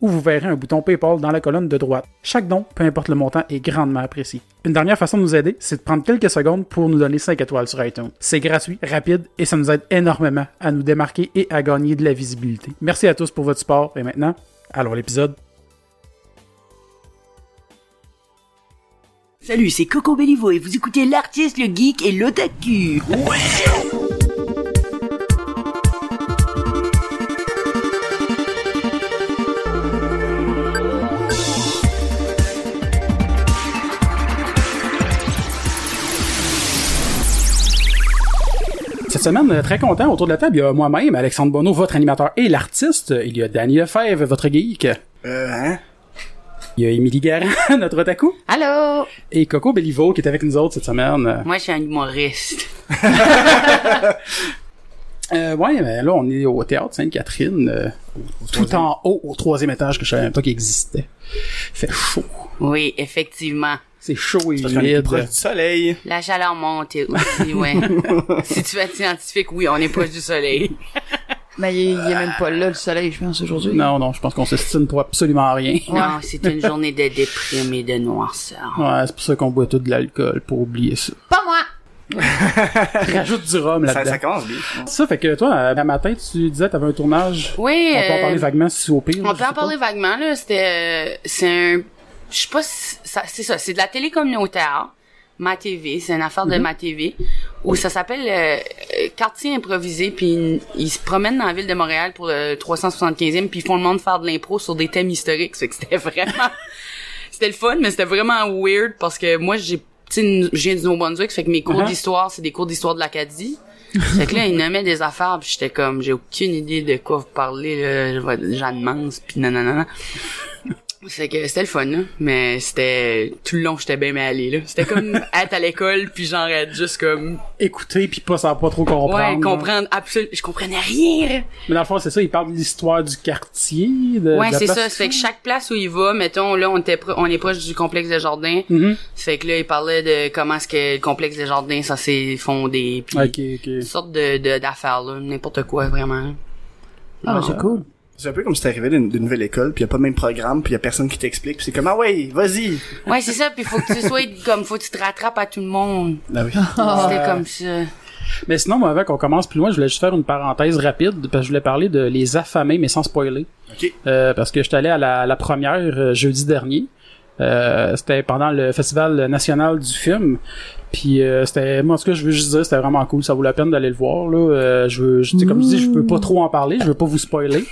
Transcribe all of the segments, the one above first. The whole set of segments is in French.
où vous verrez un bouton PayPal dans la colonne de droite. Chaque don, peu importe le montant, est grandement apprécié. Une dernière façon de nous aider, c'est de prendre quelques secondes pour nous donner 5 étoiles sur iTunes. C'est gratuit, rapide et ça nous aide énormément à nous démarquer et à gagner de la visibilité. Merci à tous pour votre support et maintenant, allons à l'épisode. Salut, c'est Coco Bellivo et vous écoutez l'artiste, le geek et l'otaku. Cette semaine, euh, très content, autour de la table, il y a moi-même, Alexandre Bonneau, votre animateur et l'artiste. Il y a Danny Lefebvre, votre geek. Euh, hein? Il y a Émilie Garand, notre otaku. Allô? Et Coco Bellivo, qui est avec nous autres cette semaine. Moi, je suis un humoriste. Euh, ouais, mais là, on est au théâtre Sainte-Catherine, euh, tout en haut, au troisième étage, que je savais même pas qu'il existait. Fait chaud. Oui, effectivement. C'est chaud et Parce qu'on est humide. proche du soleil. La chaleur monte aussi, ouais. si tu veux être scientifique, oui, on est proche du soleil. Mais il il est même pas là, le soleil, je pense, aujourd'hui. Non, non, je pense qu'on s'estime pour absolument rien. Non, c'est une journée de déprime et de noirceur. Ouais, c'est pour ça qu'on boit tout de l'alcool, pour oublier ça. Pas moi! Rajoute du rhum Ça, ça là-dedans. commence bien. Ça fait que toi, euh, à matin, tu disais t'avais un tournage. Oui, On peut en euh, parler vaguement si au pire. On je peut en sais parler pas. vaguement, là. C'était, euh, c'est un, je sais pas si, ça- c'est ça, c'est de la télé communautaire. Ma TV, c'est une Mhm. affaire de ma TV, où ça s'appelle euh, euh, Quartier improvisé, puis ils- ils se promènent dans la ville de Montréal pour le 375e, puis ils font le monde faire de l'impro sur des thèmes historiques. Ça fait que c'était vraiment, c'était le fun, mais c'était vraiment weird parce que moi, j'ai, tu sais, nous- je viens du Nouveau-Brunswick, ça fait que mes cours Uh-huh. d'histoire, c'est des cours d'histoire de l'Acadie. Fait que là, il nommait des affaires, puis j'étais comme, j'ai aucune idée de quoi vous parlez, là, je vais- Jeanne Mans, puis nanana. Fait que c'était le fun, là, mais c'était... Tout le long, j'étais bien mal allé, là. C'était comme être à l'école, puis genre être juste comme... Écouter puis pas savoir pas trop comprendre. Ouais, genre. comprendre absolument... Je comprenais rien, là. Mais dans le fond, c'est ça, il parle de l'histoire du quartier. De, Ouais, de la c'est place. ça. Ça fait que chaque place où il va, mettons, là, on, était pro- on est proche du complexe des jardins. Mhm. Fait que là, il parlait de comment est-ce que le complexe des jardins, ça s'est fondé, puis... Ok, Une ok. sorte de, de- d'affaires, là. N'importe quoi, vraiment. Ah, ben, c'est cool. C'est un peu comme si t'arrivais d'une d'une nouvelle école, puis y a pas le même programme, puis y a personne qui t'explique, puis c'est comme, ah ouais, vas-y! Ouais, c'est ça. Puis faut que tu sois comme faut que tu te rattrapes à tout le monde. Ah oui. C'était comme ça. Mais sinon, moi, avant qu'on commence plus loin, je voulais juste faire une parenthèse rapide, parce que je voulais parler de Les Affamés, mais sans spoiler. Ok. Euh, parce que j'étais allé à la, la première euh, jeudi dernier. Euh, c'était pendant le Festival national du film. Puis euh, c'était moi en tout cas je veux juste dire c'était vraiment cool, ça vaut la peine d'aller le voir là. Euh, je veux je, tu sais, comme je dis je peux pas trop en parler, je veux pas vous spoiler.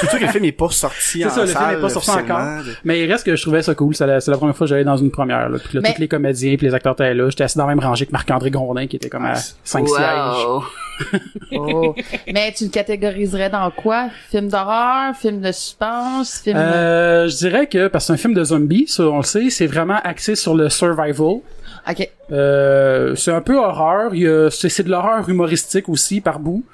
Surtout que le film est pas sorti C'est en ça le film salle, n'est pas sorti officiellement. encore. Mais il reste que je trouvais ça cool, c'est la, c'est la première fois que j'allais dans une première là. Puis là Mais- tous les comédiens puis les acteurs étaient là, j'étais assis dans la même rangée que Marc-André Grondin qui était comme à Nice. 5 sièges. Wow. Oh. Mais tu le catégoriserais dans quoi? Film d'horreur, film de suspense, film... Euh, je dirais que parce que c'est un film de zombies, ça on le sait, c'est vraiment axé sur le survival. Ok. Euh, c'est un peu horreur. il y a- C'est c'est de l'horreur humoristique aussi par bout.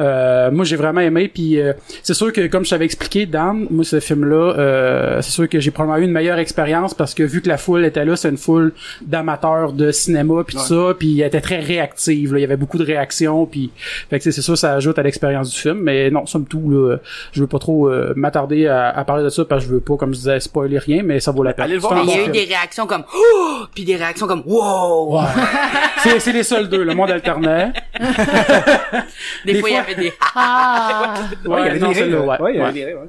Euh, moi j'ai vraiment aimé puis euh, c'est sûr que comme je t'avais expliqué Dan moi ce film là c'est sûr que j'ai probablement eu une meilleure expérience parce que vu que la foule était là c'est une foule d'amateurs de cinéma puis tout ça puis elle était très réactive là. il y avait beaucoup de réactions puis fait que c'est c'est sûr ça ajoute à l'expérience du film mais non somme tout là, je veux pas trop euh, m'attarder à, à parler de ça parce que je veux pas comme je disais spoiler rien mais ça vaut la peine Allez le C'est voir. un Mais il y bon a eu film. des réactions comme oh, puis des réactions comme wow. Ouais. c'est, c'est les seuls deux, le monde alternait. Des, Des fois, il y fois- avait des Ah! Ouais, il y avait non, des rires, celle-là, ouais, ouais, il y ouais. avait des rires, ouais.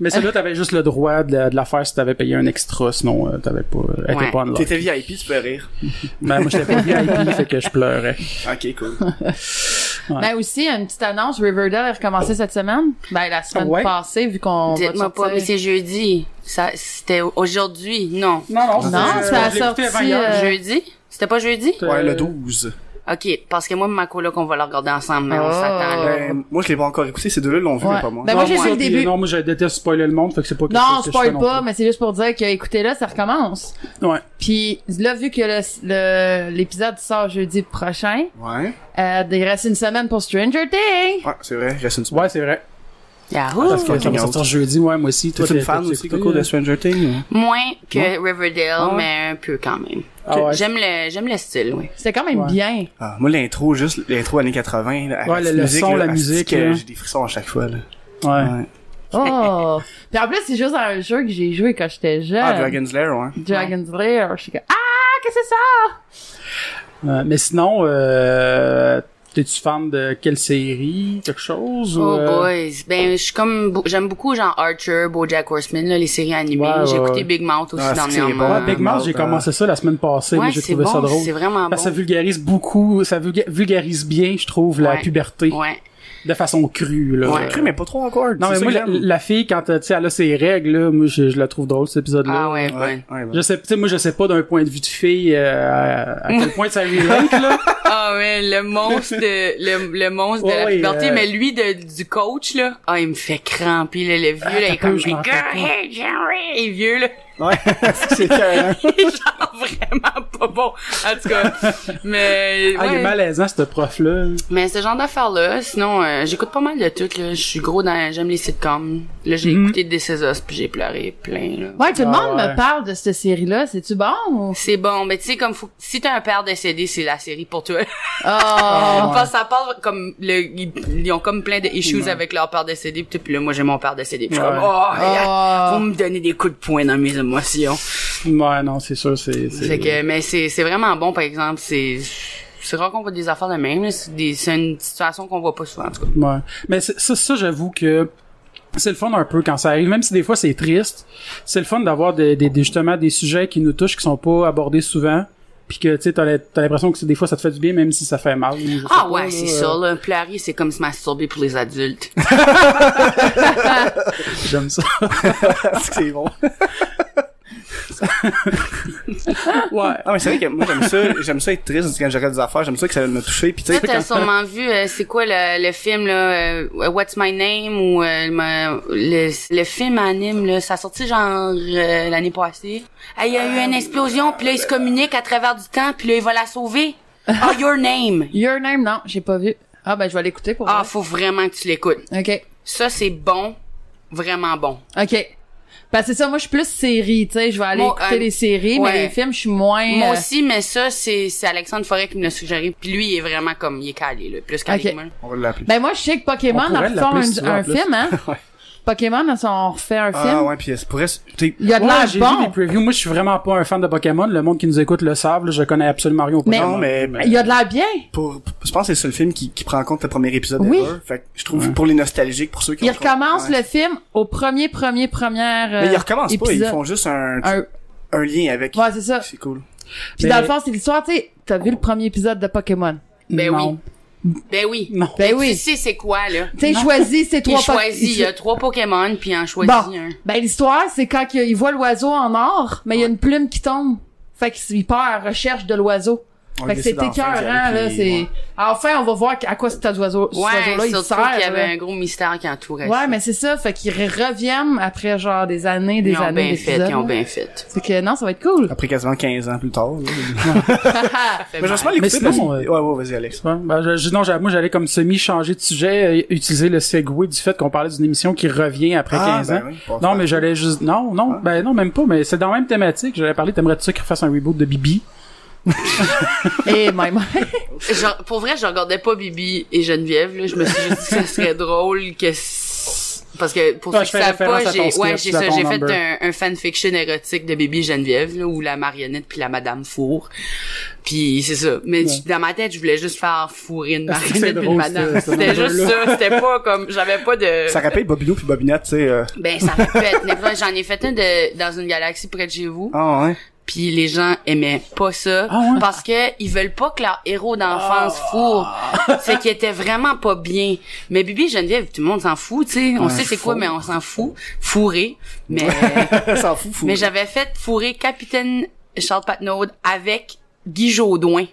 Mais celui-là, t'avais juste le droit de, la- de la faire si t'avais payé un extra, sinon euh, t'avais pas, euh, elle était Ouais. pas en live. T'étais VIP, tu peux rire. Ben, moi, j'étais pas VIP, fait que je pleurais. Ok, cool. Ben aussi, une petite annonce, Riverdale est recommencé cette semaine. Ben la semaine Ouais. passée, vu qu'on va dites-moi pas, sortir- mais c'est jeudi. Ça, c'était aujourd'hui, non. Non, non, Non, c'est- ça a je l'ai écouté sorti, avant hier. euh, Jeudi? C'était pas jeudi? Ouais, le 12. OK, parce que moi, ma coloc, on va la regarder ensemble, mais on Oh. s'attend, là. Ben, moi, je l'ai pas encore écouté. Ces deux-là l'ont vu, Ouais. mais pas moi. Ben, moi, j'ai moi, vu le puis, début. Non, moi, je déteste spoiler le monde, fait que c'est pas quelque Non, chose que je fais spoil non pas, mais c'est juste pour dire que, écoutez, là, ça recommence. plus. Ouais. Puis là, vu que le- le- l'épisode sort jeudi prochain, Ouais. euh, il reste une semaine pour Stranger Things. Ouais, c'est vrai. Reste une Ouais, c'est vrai. Yahoo! Parce que ça fucking va sortir jeudi, ouais, moi aussi. Toi, Toi, t'es une t'as- fan t'as aussi, écouté, Coco, de euh, Stranger Things? Moins que Riverdale, Ah ouais? mais un peu quand même. Ah ouais. J'aime le, j'aime le style, oui. C'était quand même Ouais. bien. Ah, moi, l'intro, juste l'intro années 80. là, avec Ouais, le- le musique, son, la asti musique, que là. J'ai des frissons à chaque fois, là. Ouais. Ouais. Oh! Puis en plus, c'est juste un jeu que j'ai joué quand j'étais jeune. Ah, Dragon's Lair, ouais. Dragon's Lair. Je suis comme, ah, qu'est-ce que c'est ça? Euh, mais sinon, euh, t'es-tu fan de quelle série, quelque chose? ou, Oh euh, boys, ben je suis comme beau- j'aime beaucoup genre Archer, BoJack Horseman, là, les séries animées. Ouais, ouais, J'ai écouté ouais. Big Mouth aussi Ah, c'est que c'est dernièrement. Ouais, Euh, Big Mouth, j'ai Mouth, commencé ça la semaine passée, Ouais, mais j'ai c'est trouvé bon, ça drôle. c'est vraiment Parce que ça bon. vulgarise beaucoup, ça vulga- vulgarise bien, je trouve, la Ouais. puberté Ouais. de façon crue. Là. Ouais. Euh, Cru, mais pas trop encore. Non, mais moi, la, la fille, quand euh, tu sais, elle a ses règles, là, moi, je, je la trouve drôle, cet épisode-là. Ah ouais, Ouais, ouais. ouais, Je ouais. sais, tu sais, moi, je sais pas d'un point de vue de fille euh, à, à quel point ça relate, là. Ah ouais, le monstre de le, le monstre de la Ouais, puberté, euh, mais lui de, du coach là, ah il me fait cramper là, le vieux là, il Ah, est t'as comme peu, je m'en Go rappelle pas. ahead, Jerry, il est vieux là. Ouais. c'est hein, écœurant. Il est genre vraiment pas bon. En tout cas, mais Ah, il est ouais. malaisant, ce prof-là. Mais ce genre d'affaires-là, sinon, euh, j'écoute pas mal de tout, là. Je suis gros dans... J'aime les sitcoms. Là, j'ai Mhm. écouté des Us puis j'ai pleuré plein, là. Ouais, tout le Ah, monde ouais. me parle de cette série-là. C'est-tu bon? ou- C'est bon, mais tu sais, comme faut... si t'as un père décédé, c'est la série pour toi. Ah, Oh! Parce que ça parle comme... Le... Ils... ils ont comme plein de issues avec leur père décédé, puis tout, puis là, moi, j'ai mon père décédé. Puis je suis Ouais. comme, oh, Ah. vous me donnez des coups de poing dans mes émotions. Ouais, non, c'est sûr, c'est... Fait que, mais c'est c'est vraiment bon, par exemple. C'est... C'est rare qu'on voit des affaires de même, là. C'est des- c'est une situation qu'on voit pas souvent, en tout cas. Ouais. Mais c'est- ça, ça j'avoue que c'est le fun un peu quand ça arrive, même si des fois c'est triste. C'est le fun d'avoir des, des, des- justement des sujets qui nous touchent, qui sont pas abordés souvent, puis que tu sais, t'as la- t'as l'impression que c'est- des fois ça te fait du bien, même si ça fait mal. ou je sais Ah pas, ouais, là. euh, c'est ça, là. Pleurer, c'est comme se masturber pour les adultes. J'aime ça. Asti que c'est bon. ouais. Ah, mais c'est vrai que moi, j'aime ça, j'aime ça être triste quand j'arrête des affaires, j'aime ça que ça me toucher, pis tu Toi, sais, t'as quand- sûrement vu, euh, c'est quoi le, le film, là, euh, What's My Name, ou euh, ma- le, le film anime, là, ça a sorti genre euh, l'année passée. Ah, Il y a eu une explosion, puis là, ils se communiquent à travers du temps, puis là, il va la sauver. Ah, Your Name. Your Name, non, j'ai pas vu. Ah, ben, je vais l'écouter pour Ah, voir. faut vraiment que tu l'écoutes. OK. Ça, c'est bon. Vraiment bon. OK. Parce que c'est ça, moi, je suis plus série, tu sais. Je vais aller Moi, écouter euh, les séries, ouais. mais les films, je suis moins... Moi euh, aussi, mais ça, c'est c'est Alexandre Forêt qui me l'a suggéré. Puis lui, il est vraiment comme, il est calé, là, plus calé Ok. que moi. On va l'appeler. Ben, moi, je sais que Pokémon, On en pourrait refont l'appeler si tu un, veux, en un plus. film, hein. Ouais. Pokémon, on refait un film. Ben, Ah, ouais, pis ça pourrait, se- tu sais, Il y a de Ouais, l'âge j'ai vu bon. les previews. Moi, je suis vraiment pas un fan de Pokémon. Le monde qui nous écoute le savent. là, Je connais absolument rien au Mais- Pokémon. Non, mais- ben, Il Ben, y a de l'air bien. pour, je pense que c'est le seul film qui, qui prend en compte le premier épisode Oui. ever. Fait que je trouve pour les nostalgiques, pour ceux qui Ils ont- recommencent Ouais. le film au premier, premier, premier euh, Mais ils recommencent pas, ils épisode. font juste un, Un- un lien avec. Ouais, c'est ça. C'est cool. Puis Mais- dans le fond, c'est l'histoire, tu sais, t'as vu le premier épisode de Pokémon. Ben Non. oui. Ben oui. Non. Ben Tu oui. sais c'est quoi, là? Tu sais, Non. choisis ces Il trois po- choisit, il y a trois Pokémon, puis il en choisit Bon. un. Ben, l'histoire, c'est quand qu'il- il voit l'oiseau en or, mais il y a une plume qui tombe. Fait qu'il part à la recherche de l'oiseau. On Fait que c'est décide enfin écœurant, d'y aller, là, puis- c'est... Enfin, on va voir à quoi cet oiseau- cet Ouais, oiseau-là, il surtout sert. qu'il y là. hein. avait un gros mystère qui entourait ça. Ouais, mais c'est ça. Fait qu'ils reviennent après, genre, des années, des ils ont années bien fait, d'épisodes. ils ont là. bien fait. Fait que non, ça va être cool. Après quasiment 15 ans plus tard. là. Fait Mais mal. j'ose pas l'écouter Mais parce sinon, que- euh, Ouais, ouais, vas-y, Alex. Ouais, ben, je- je- non, j'avais- moi j'allais comme semi changer de sujet, euh, utiliser le segway du fait qu'on parlait d'une émission qui revient après Ah, 15 ben ans. oui, pas non, ça. mais j'allais juste non, non, Ah. ben non, même pas, mais c'est dans la même thématique, j'allais parler t'aimerais-tu ça qu'ils refassent un reboot de Bibi Et même. Genre, pour vrai, je regardais pas Bibi et Geneviève, là. Je me suis juste dit que ça serait drôle que... c- Parce que pour Ouais, ceux je qui fais savent référence pas, à ton j'ai sketch, ouais, j'ai là, ça, ton j'ai fait number. un, un fanfiction érotique de Bibi et Geneviève, là, où la marionnette puis la Madame Four. Puis c'est ça. Mais tu- dans ma tête, je voulais juste faire fourrer une Ah, c'est marionnette puis une drôle, ce- madame. ce C'était juste number-là. ça. C'était pas comme, j'avais pas de... Ça rappelle Bobino puis Bobinette, tu sais. euh, Ben, ça répète. Mais vraiment, j'en ai fait un de, dans une galaxie près de chez vous. Ah, ouais. Puis les gens aimaient pas ça. Ah ouais? Ah. Parce que ils veulent pas que leur héros d'enfance fourre. Fait qu'ils étaient vraiment pas bien. Mais Bibi et Geneviève, tout le monde s'en fout, tu sais. On sait c'est quoi, mais on s'en fout. Fourré. Mais, euh, S'en fout, fou. mais j'avais fait fourrer Capitaine Charles Patnaud avec Guy Jodoin.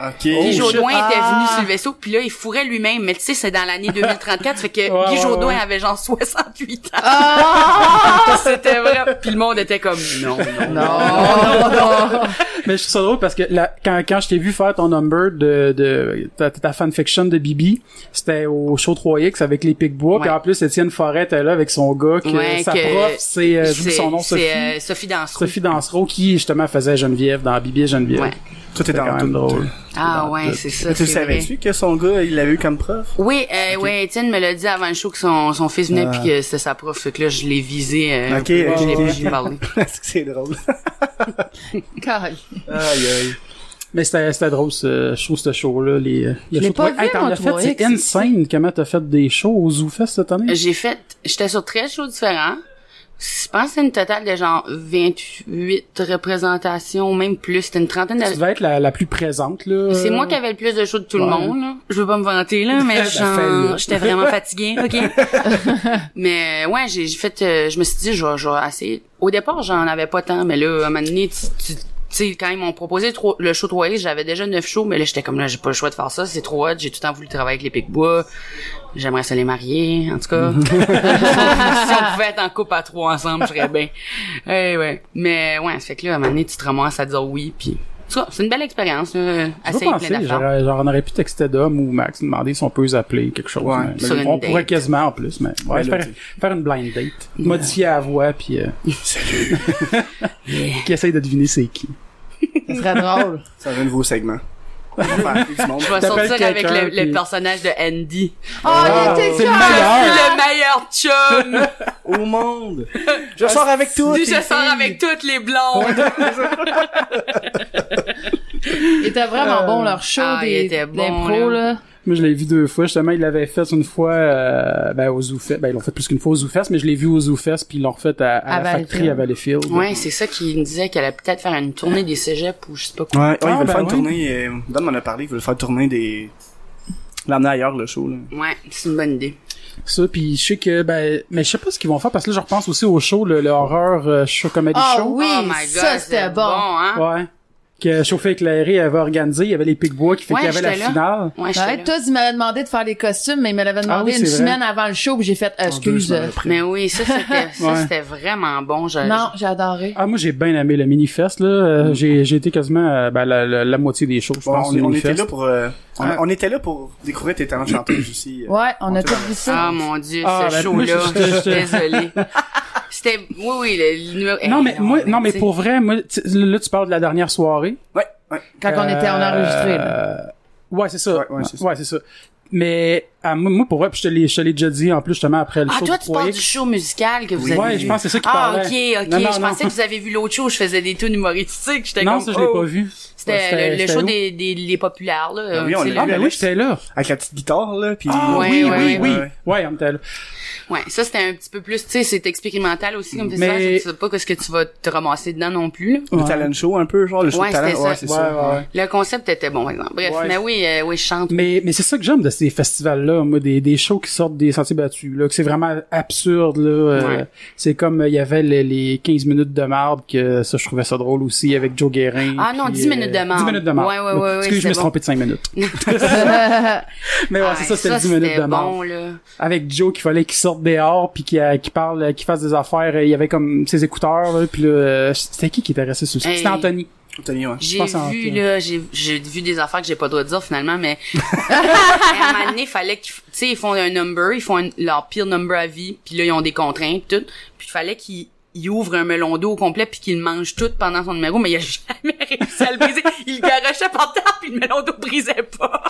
Ok. Guy Oh, Jodoin shit. était venu Ah. sur le vaisseau, puis là, il fourrait lui-même. Mais tu sais, c'est dans l'année 2034, fait que Ouais, Guy ouais, Jodoin ouais. avait genre 68 ans. Ah! C'était vrai. Puis le monde était comme, non, non, Mais je trouve ça drôle parce que la- quand, quand je t'ai vu faire ton number de, de ta, ta fanfiction de Bibi, c'était au show 3X avec les Picbois. Ouais. Puis en plus, Étienne Forêt était là avec son gars, que Ouais, sa que- prof, c'est euh, j'oublie son nom, C'est- Sophie. c'est, euh, Sophie Dansereau. Sophie Dansereau qui justement faisait Geneviève dans Bibi et Geneviève. Ouais. Tout est C'était dans quand même tout. drôle. Ah dans ouais, Euh, tout. c'est ça. Mais Tu c'est vrai. savais-tu que son gars, il l'avait eu comme prof? Oui, euh, ouais, Étienne me l'a dit avant le show que son, son fils venait Ah. puis que c'était sa prof. Fait que là, je l'ai visé. Euh, Ok, un peu, je l'ai- ok, ok. je l'ai parlé. Est-ce que c'est drôle? Carole. aïe, aïe. Mais c'était c'était drôle ce show, ce show-là. Les, euh, le l'ai show pas trois- vu, Hey, t'en moi, as fait, c'est 3X. insane comment t'as fait des shows aux ZooFest cette année. J'ai fait, j'étais sur 13 shows différents. Je pense que c'est une totale de genre 28 représentations, même plus. C'était une trentaine Tu de... devais être la, la plus présente, là. Euh, C'est moi qui avais le plus de shows de tout le Ouais. monde, là. Je veux pas me vanter, là, mais La fête, là. genre, j'étais vraiment fatiguée, OK? mais ouais, j'ai j'ai fait... euh, je me suis dit, je vais, je vais essayer. Au départ, j'en avais pas tant, mais là, à un moment donné, tu... tu- tu sais, quand ils m'ont proposé trois- le show 3 j'avais déjà neuf shows, mais là, j'étais comme là, j'ai pas le choix de faire ça, c'est trop hot, j'ai tout le temps voulu travailler avec les Picbois, j'aimerais se les marier, en tout cas. si on pouvait être en couple à trois ensemble, je serais bien. Eh ouais. Mais ouais, ça fait que là, à un moment donné, tu te ramasses à dire oui, puis... En tout cas, c'est une belle expérience, là, Je assez pas plein pensé, d'affaires. j'aurais- j'aurais- on aurait pu texter Dom ou Max, demander si on peut les appeler, quelque chose. Ouais, mais- sur mais une on date. pourrait quasiment en plus, mais ouais, Mais là, faire, tu- faire une blind date. Modifier la voix, puis euh, qui essaye de deviner c'est qui. Ça serait drôle. C'est un nouveau segment. On va faire plus du monde. Je vais T'appelles sortir avec quelqu'un, le, le puis- personnage de Andy. Oh, Ah, il était c'est le cœur! meilleur. Le meilleur chum! Au monde! Je sors avec tout! Lui, je sors avec toutes les blondes! Il était vraiment bon, leur show Ah, il des, était bon, des pros, là. là. Moi, je l'ai vu deux fois. Justement, il l'avait fait une fois euh, ben, au ZooFest. Ben, ils l'ont fait plus qu'une fois au ZooFest, mais je l'ai vu au ZooFest, puis ils l'ont refait à, à À la factory Valleyfield. à Valleyfield. ouais, c'est ça qui me disait qu'elle allait peut-être faire une tournée des cégeps ou je sais pas quoi. Ouais, ouais, ils Ah, veulent ben faire une oui. tournée. Euh, Dom m'en a parlé, ils veulent faire tourner des. L'amener ailleurs, le show, là. Ouais, c'est une bonne idée. Ça, puis je sais que... Ben, mais je sais pas ce qu'ils vont faire, parce que là, je repense aussi au show, le, le horreur euh, show comedy Ah, show. Oui, oh my god, ça, c'était c'est bon. hein? Ouais. Que Chauffé Éclairé avait organisé, il y avait les Picbois qui fait Ouais, qu'il y avait la j'étais là. finale. Ouais, j'étais Ouais, là. toi, il m'avait demandé de faire les costumes, mais il me l'avait demandé oui, une c'est vrai. semaine avant le show, puis j'ai fait, euh, excuse. euh, Mais oui, ça, c'était, ça, Ouais. c'était vraiment bon. Je, Non, j'ai adoré. Ah, moi, j'ai bien aimé le mini-fest, là. Mm. Euh, J'ai, j'ai été quasiment, euh, ben, la, la, la moitié des choses, je Bon, pense, on, au on mini-fest. était là pour. euh, on, Ah. on était là pour découvrir tes talents de chanteuse aussi. euh. Ouais, on a On tout te- vu ça. Ah mon dieu, Ah, ce ben, moi, show-là, je- je je- suis désolée. C'était, oui, oui, le, le numéro- Non, Eh, mais, moi, non, mais tu sais. pour vrai, moi, tu- là, tu parles de la dernière soirée. Ouais, ouais. Quand on était en enregistré, Euh, là. Ouais, c'est ça. Ouais, ouais, c'est ça. c'est ça. Mais, ah, moi, moi, pour vrai, puis je te l'ai, je te l'ai déjà dit, en plus, justement, après le Ah, show toi, de tu parles 3X. du show musical que vous Oui. avez Ouais, vu. je pense que c'est ça qui Ah, parlait. ok, ok. Non, non, je non. pensais que vous avez vu l'autre show où je faisais des tunes humoristiques. J'étais Non, comme, ça, je l'ai oh. pas vu. C'était Ouais, le, le c'était show où? des, des les populaires, là. Ah oui, euh, on tu sais, l'a Ah, le- ben oui, j'étais là. Avec la petite guitare, là. Puis... Ah, Ouais, oui, ouais, oui, oui. ouais. Ouais, on était là. Ouais, ça, c'était un petit peu plus, tu sais, c'est expérimental aussi, comme Mais- festival. Je sais pas ce que tu vas te ramasser dedans non plus, là. Le Ouais. talent show, un peu, genre, le show Ouais, de talent. c'était Ouais, ça. c'est Ouais, ça. ouais, ouais. Le concept était bon, par exemple. Bref, Ouais. mais oui, euh, oui, je chante. Mais, mais c'est ça que j'aime de ces festivals-là, moi, des, des shows qui sortent des sentiers battus, là, que c'est vraiment absurde, là. euh, Ouais. C'est comme, euh, il y avait les, les 15 minutes de marde, que ça, je trouvais ça drôle aussi, avec Joe Guérin. Ah non, 10 minutes de marde. 10 minutes de marde. Ouais, ouais, ouais, ouais, Excuse, je c'est me suis bon. trompé de 5 minutes. Mais ouais, Ah, c'est ça, c'était ça, 10 minutes de c'était marde. bon, là. Avec Joe qui fallait qu'il sorte dehors, puis qui, qui parle, qui fasse des affaires. euh, Il y avait comme ses écouteurs, là, puis là, euh, c'était qui qui était resté sur le... Hey. C'était Anthony. Anthony, ouais. J'ai pense en- vu, là, j'ai, j'ai vu des affaires que j'ai pas le droit de dire, finalement, mais, à un moment donné, fallait qu'ils, f- tu sais, ils font un number, ils font un- leur pire number à vie, puis là, ils ont des contraintes, pis tout. Puis il fallait qu'ils, ils ouvrent un melon d'eau au complet puis qu'ils le mangent tout pendant son numéro, mais il a jamais réussi à le briser. Il le garochait par terre puis le melon d'eau brisait pas.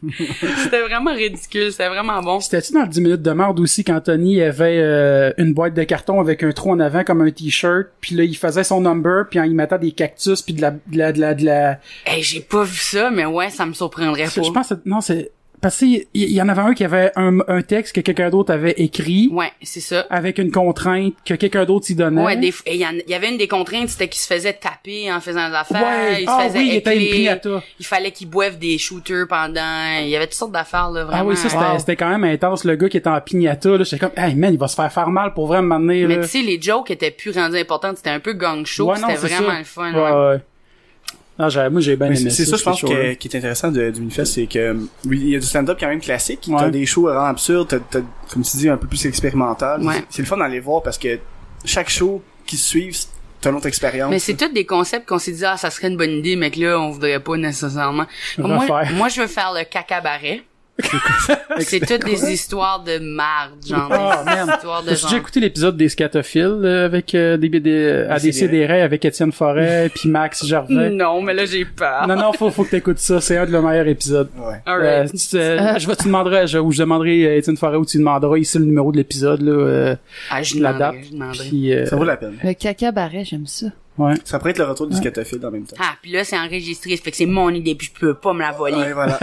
c'était vraiment ridicule, c'était vraiment bon. C'était-tu dans le 10 minutes de merde aussi qu'Anthony avait euh, une boîte de carton avec un trou en avant comme un t-shirt, puis là il faisait son number, puis hein, il mettait des cactus puis de la de la de la, de la... Hey, j'ai pas vu ça, mais ouais, ça me surprendrait pas. je pense que non c'est parce qu'il il y en avait un qui avait un, un texte que quelqu'un d'autre avait écrit Ouais, c'est ça. avec une contrainte que quelqu'un d'autre y donnait. Ouais, des fois, il y, en- il y avait une des contraintes, c'était qu'il se faisait taper en faisant des affaires, Ouais. il se Ah faisait oui, il était une écler, piñata. il fallait qu'il boive des shooters pendant, il y avait toutes sortes d'affaires là, vraiment. Ah oui, ça c'était Wow. c'était quand même intense le gars qui était en piñata là, j'étais comme hey man, il va se faire faire mal pour vraiment m'amener Mais là. tu sais, les jokes étaient plus rendus importants, c'était un peu gang show, Ouais, non, c'était c'est vraiment ça. le fun. Ouais, ouais. ouais. Non, j'ai- moi, j'ai bien Mais aimé C'est c'est ça, je ce pense, show-là. que- qui est intéressant de- du Minifest, c'est que, euh, oui, il y a du stand-up quand même classique. Ouais. T'as des shows vraiment absurdes, t'as, t'as, comme tu dis, un peu plus expérimental. Ouais. C'est- C'est le fun d'aller voir parce que chaque show qui se suit, c'est une autre expérience. Mais c'est tous des concepts qu'on s'est dit, ah, ça serait une bonne idée, mais que là, on voudrait pas nécessairement. Comme Moi, Refaire. moi, je veux faire le cacabaret. c'est toutes des histoires de marde, genre, Ah, des merde. histoires de J'ai genre. déjà écouté l'épisode des scatophiles euh, avec euh, des BD ADC des Raies avec Étienne Forêt puis Max Gervais. Non, mais là, j'ai peur. non non, faut faut que t'écoutes ça, c'est un de leurs meilleurs épisodes. Ouais. Euh, Alright. tu- Ah. euh, je vais te demanderai je, ou je demanderai à Étienne Forêt ou tu demanderas ici le numéro de l'épisode là euh, ah, je la demanderai, date. je demanderai. Puis euh, Ça vaut la peine. Le cacabaret, j'aime ça. ouais. Ça pourrait être le retour du scatophile en même temps. Ah, puis là, c'est enregistré, ça fait que c'est mon idée, puis je peux pas me la voler. Ouais, voilà.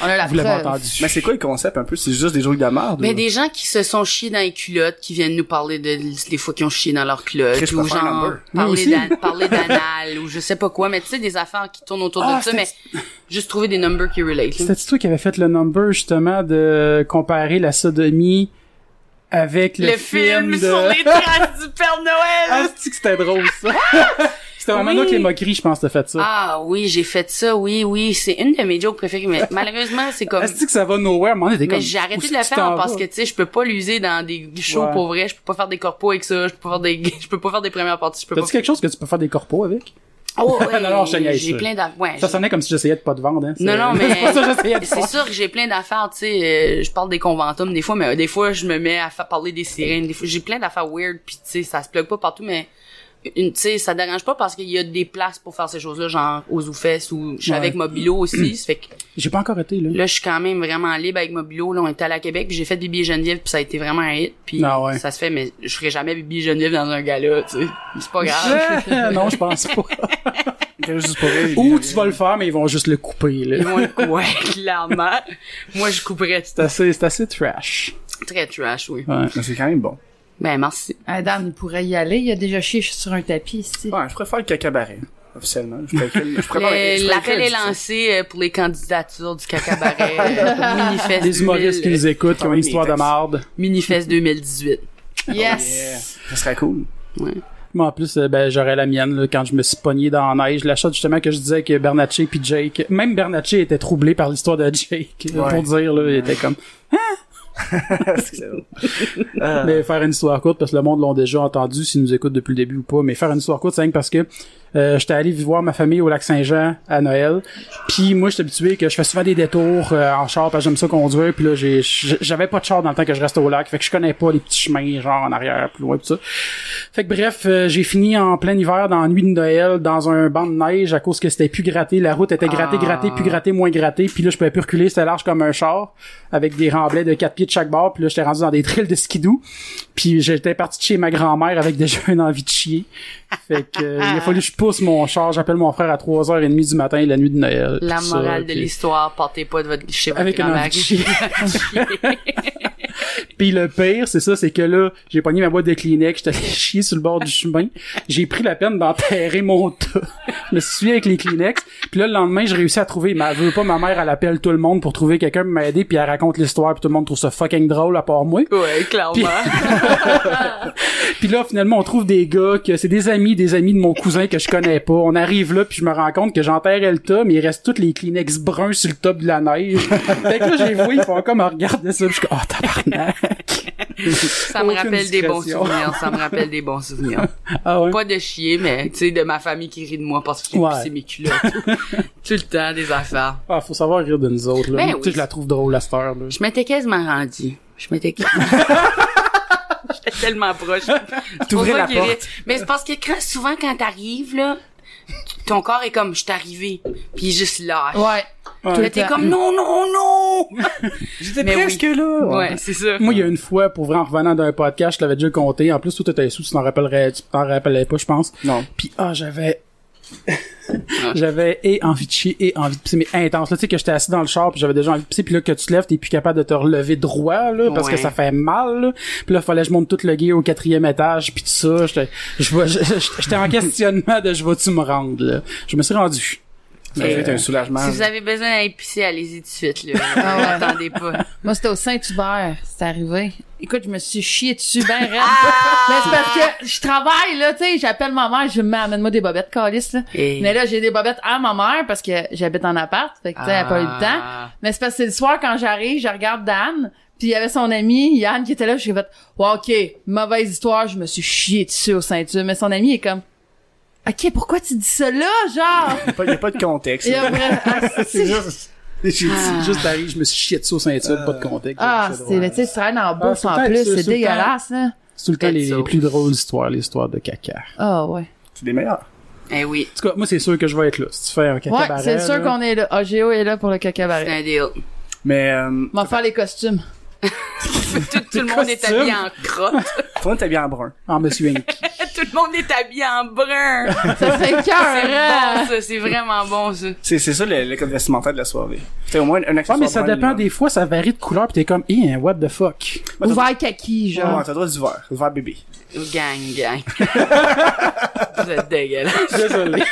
On a la Vous l'avez preuve. entendu. Mais c'est quoi le concept un peu? C'est juste des jokes de la marde? Mais ou- Ben, des gens qui se sont chiés dans les culottes, qui viennent nous parler de les fois qu'ils ont chié dans leurs culottes, Chris, je ou préfère genre Lumber. Moi parler aussi. d'an- parler d'anal, ou je sais pas quoi, mais tu sais, des affaires qui tournent autour Ah, de ça, mais juste trouver des numbers qui relate. là. C'était toi qui avait fait le number justement de comparer la sodomie avec le, Le, film de... sur les traces du Père Ah, Noël! c'est-tu que c'était drôle ça. c'était vraiment Oui. là que les moqueries, je pense, t'as fait ça. Ah oui, j'ai fait ça, oui, oui, c'est une de mes jokes préférées, mais malheureusement, c'est comme... Est-ce que ça va nowhere? Moi, on était Mais comme, j'ai où arrêté est-ce de le tu faire t'en parce vas? que, tu sais, je peux pas l'user dans des shows Ouais. pour vrai, je peux pas faire des corpos avec ça, je peux pas faire des, je peux pas faire des premières parties, je peux pas... T'as-tu quelque chose que tu peux faire des corpos avec? Oh, ouais, Non, non, je te niaise, j'ai ça. plein d'av- ouais, Ça sonnait comme si j'essayais de pas te vendre, hein. c'est- Non, non, C'est pas ça que j'essayais mais de c'est faire. sûr que j'ai plein d'affaires, tu sais, euh, je parle des conventums des fois, mais euh, des fois, je me mets à fa- parler des sirènes, des fois, j'ai plein d'affaires weird, puis tu sais, ça se plug pas partout, mais une- tu sais, ça dérange pas parce qu'il y a des places pour faire ces choses-là, genre aux oufesses ou je suis Ouais. avec Mobilo aussi, ça fait que J'ai pas encore été, là. là, je suis quand même vraiment libre avec Mobilo, là, on était allé à Québec, puis j'ai fait Bibi et Geneviève, puis ça a été vraiment un hit, puis Ah ouais. ça se fait, mais je ferai jamais Bibi et Geneviève dans un gala, tu sais, c'est pas grave. Ah, non, je pense pas. Juste pour rire, Ou il- tu vas le faire, mais ils vont juste le couper, Ils là. vont le cou- Ouais, clairement. Moi, je couperais C'est assez, c'est assez trash. très trash, oui. Ouais. Mais C'est quand même bon. Ben, merci. Ah, Dan, il pourrait y aller. Il a déjà chié sur un tapis ici. Ouais, je préfère le cacabaret, officiellement. Je préfère, je préfère- je Le- préfère- Euh, L'appel est lancé euh, pour les candidatures du cacabaret euh, Minifest, Les humoristes qui 2000, nous écoutent, qui ont Ah une oui, histoire les de textes. marde. Minifest 2018. Yeah. Yes! Ça serait cool. Moi, en plus, euh, ben, j'aurais la mienne, là, quand je me suis pogné dans la neige. La shot, justement, que je disais que Bernatchez puis Jake, même Bernatchez était troublé par l'histoire de Jake, Ouais. pour dire, là, il était comme, C'est drôle. Ah. Mais faire une histoire courte, parce que le monde l'ont déjà entendu, s'ils nous écoutent depuis le début ou pas, mais faire une histoire courte, c'est rien que parce que euh, j'étais allé voir ma famille au lac Saint-Jean à Noël. Puis moi, j'étais habitué que je fais souvent des détours euh, en char, parce que j'aime ça conduire. Puis là, j'ai- j'avais pas de char dans le temps que je reste au lac, fait que je connais pas les petits chemins, genre en arrière, plus loin, tout ça. Fait que bref, euh, j'ai fini en plein hiver, dans la nuit de Noël, dans un banc de neige, à cause que c'était plus gratté. La route était grattée, Ah. grattée, plus grattée, moins grattée. Puis là, je pouvais plus reculer, c'était large comme un char, avec des remblais de quatre pieds de chaque bord. Puis là, j'étais rendu dans des trails de skidoo. Puis j'étais parti de chez ma grand-mère avec déjà une envie de chier. Fait que euh, il a fallu que je pousse mon char, j'appelle mon frère à 3h30 du matin la nuit de Noël. La tout ça, morale de puis- l'histoire, partez pas de votre chez votre Avec une grand-mère. envie de chier. Puis le pire, c'est ça, c'est que là, j'ai pogné ma boîte de Kleenex, j'étais allé chier sur le bord du chemin. J'ai pris la peine d'enterrer mon tas. Je me suis suivi avec les Kleenex. Puis là, le lendemain, j'ai réussi à trouver, mais elle veut pas, ma mère, elle appelle tout le monde pour trouver quelqu'un pour m'aider, puis elle raconte l'histoire, puis tout le monde trouve ça fucking drôle à part moi. Ouais, clairement. Puis là, finalement, on trouve des gars que c'est des amis, des amis de mon cousin que je connais pas. On arrive là, puis je me rends compte que j'enterrais le tas, mais il reste tous les Kleenex bruns sur le top de la neige. fait que là, j'ai vu, ils font comme, regarde ça, puis je suis comme, oh, tabarnak. ça me Aucune rappelle des bons discrétion. souvenirs, ça me rappelle des bons souvenirs. Ah ouais. Pas de chier, mais tu sais, de ma famille qui rit de moi parce que j'ai Ouais. pissé mes culottes. Tout le temps, des affaires. Ah, faut savoir rire de nous autres, là. Ben Tu sais, oui. je la trouve drôle, à cette heure, là. Je m'étais quasiment rendu. Je m'étais quasiment... J'étais tellement proche. C'est pour T'ouvrais ça la qu'il rit. porte. Mais c'est parce que quand- souvent, quand t'arrives, là, tu- ton corps est comme, je suis arrivé. Puis il juste lâche. Ouais. Tout Là, le t'es temps. comme, non, non, non! J'étais Mais presque là. ouais, c'est ça. Moi, il y a une fois, pour vrai, en revenant d'un podcast, je l'avais déjà compté. En plus, tout était sous, tu t'en rappellerais, tu t'en rappelais pas, je pense. Non. Puis ah, j'avais j'avais et envie de chier et envie de pisser mais intense là tu sais que j'étais assis dans le char puis j'avais déjà envie de pisser puis là que tu te lèves t'es plus capable de te relever droit là parce Ouais. que ça fait mal là. puis là fallait que je monte tout le gear au quatrième étage puis tout ça j'étais je vois- j'étais en questionnement de je vais tu me rendre là je me suis rendu Ça va être un soulagement. euh, Si vous avez besoin d'aller pisser, allez-y tout de suite, là. Ah ouais. Attendez pas. Moi, c'était au Saint-Hubert, c'est arrivé. Écoute, je me suis chié dessus ben raide. Ah! Mais c'est parce que je travaille, là, tu sais, j'appelle ma mère, je me mets, amène-moi des bobettes calices, là. Et- Mais là, j'ai des bobettes à ma mère parce que j'habite en appart, fait que, tu sais, elle a pas eu le temps. Ah. Mais c'est parce que c'est le soir, quand j'arrive, je regarde Dan, puis il y avait son ami, Yann, qui était là, j'ai fait, ouais, ok, mauvaise histoire, je me suis chié dessus au Saint-Hubert. Mais son ami est comme, ok, pourquoi tu dis ça là, genre? Il n'y a pas de contexte. Et après, ah, C'est c'est- juste. J'ai dit. Ah. Juste arrivé, je me suis chié dessus au Saint-Tube, Euh. pas de contexte. Ah, C'est c'est, drôle. tu sais, tu travailles dans la bouffe c'est en peut-être- plus, c'est- c'est c'est dégueulasse, là. C'est tout le temps les, Peut-être les plus drôles histoires, l'histoire de caca. Ah, ouais. C'est des meilleurs. Eh oui, En tout cas, moi, c'est sûr que je vais être là. Si tu fais un caca Ouais, c'est sûr qu'on est là. Ah, Géo est là pour le c'est cacabaret. un deal. Mais, euh, M'en faire les costumes. Tout, tout le monde est Costume. habillé en crotte. toi, t'es bien en brun. En Ah, Monsieur Inc. tout le monde est habillé en brun. Ça serait C'est cœur, bon, ça. C'est vraiment bon, ça. C'est, c'est ça le, le code vestimentaire de la soirée. T'as au moins un Ouais, accessoire. mais ça brun dépend minimum. des fois, ça varie de couleur, pis t'es comme, eh, what the fuck. Ouais, t'as- Ouvert kaki, genre. Ouais, t'as le droit du vert. Le vert bébé. Gang, gang. Vous êtes dégueulasse. Désolé.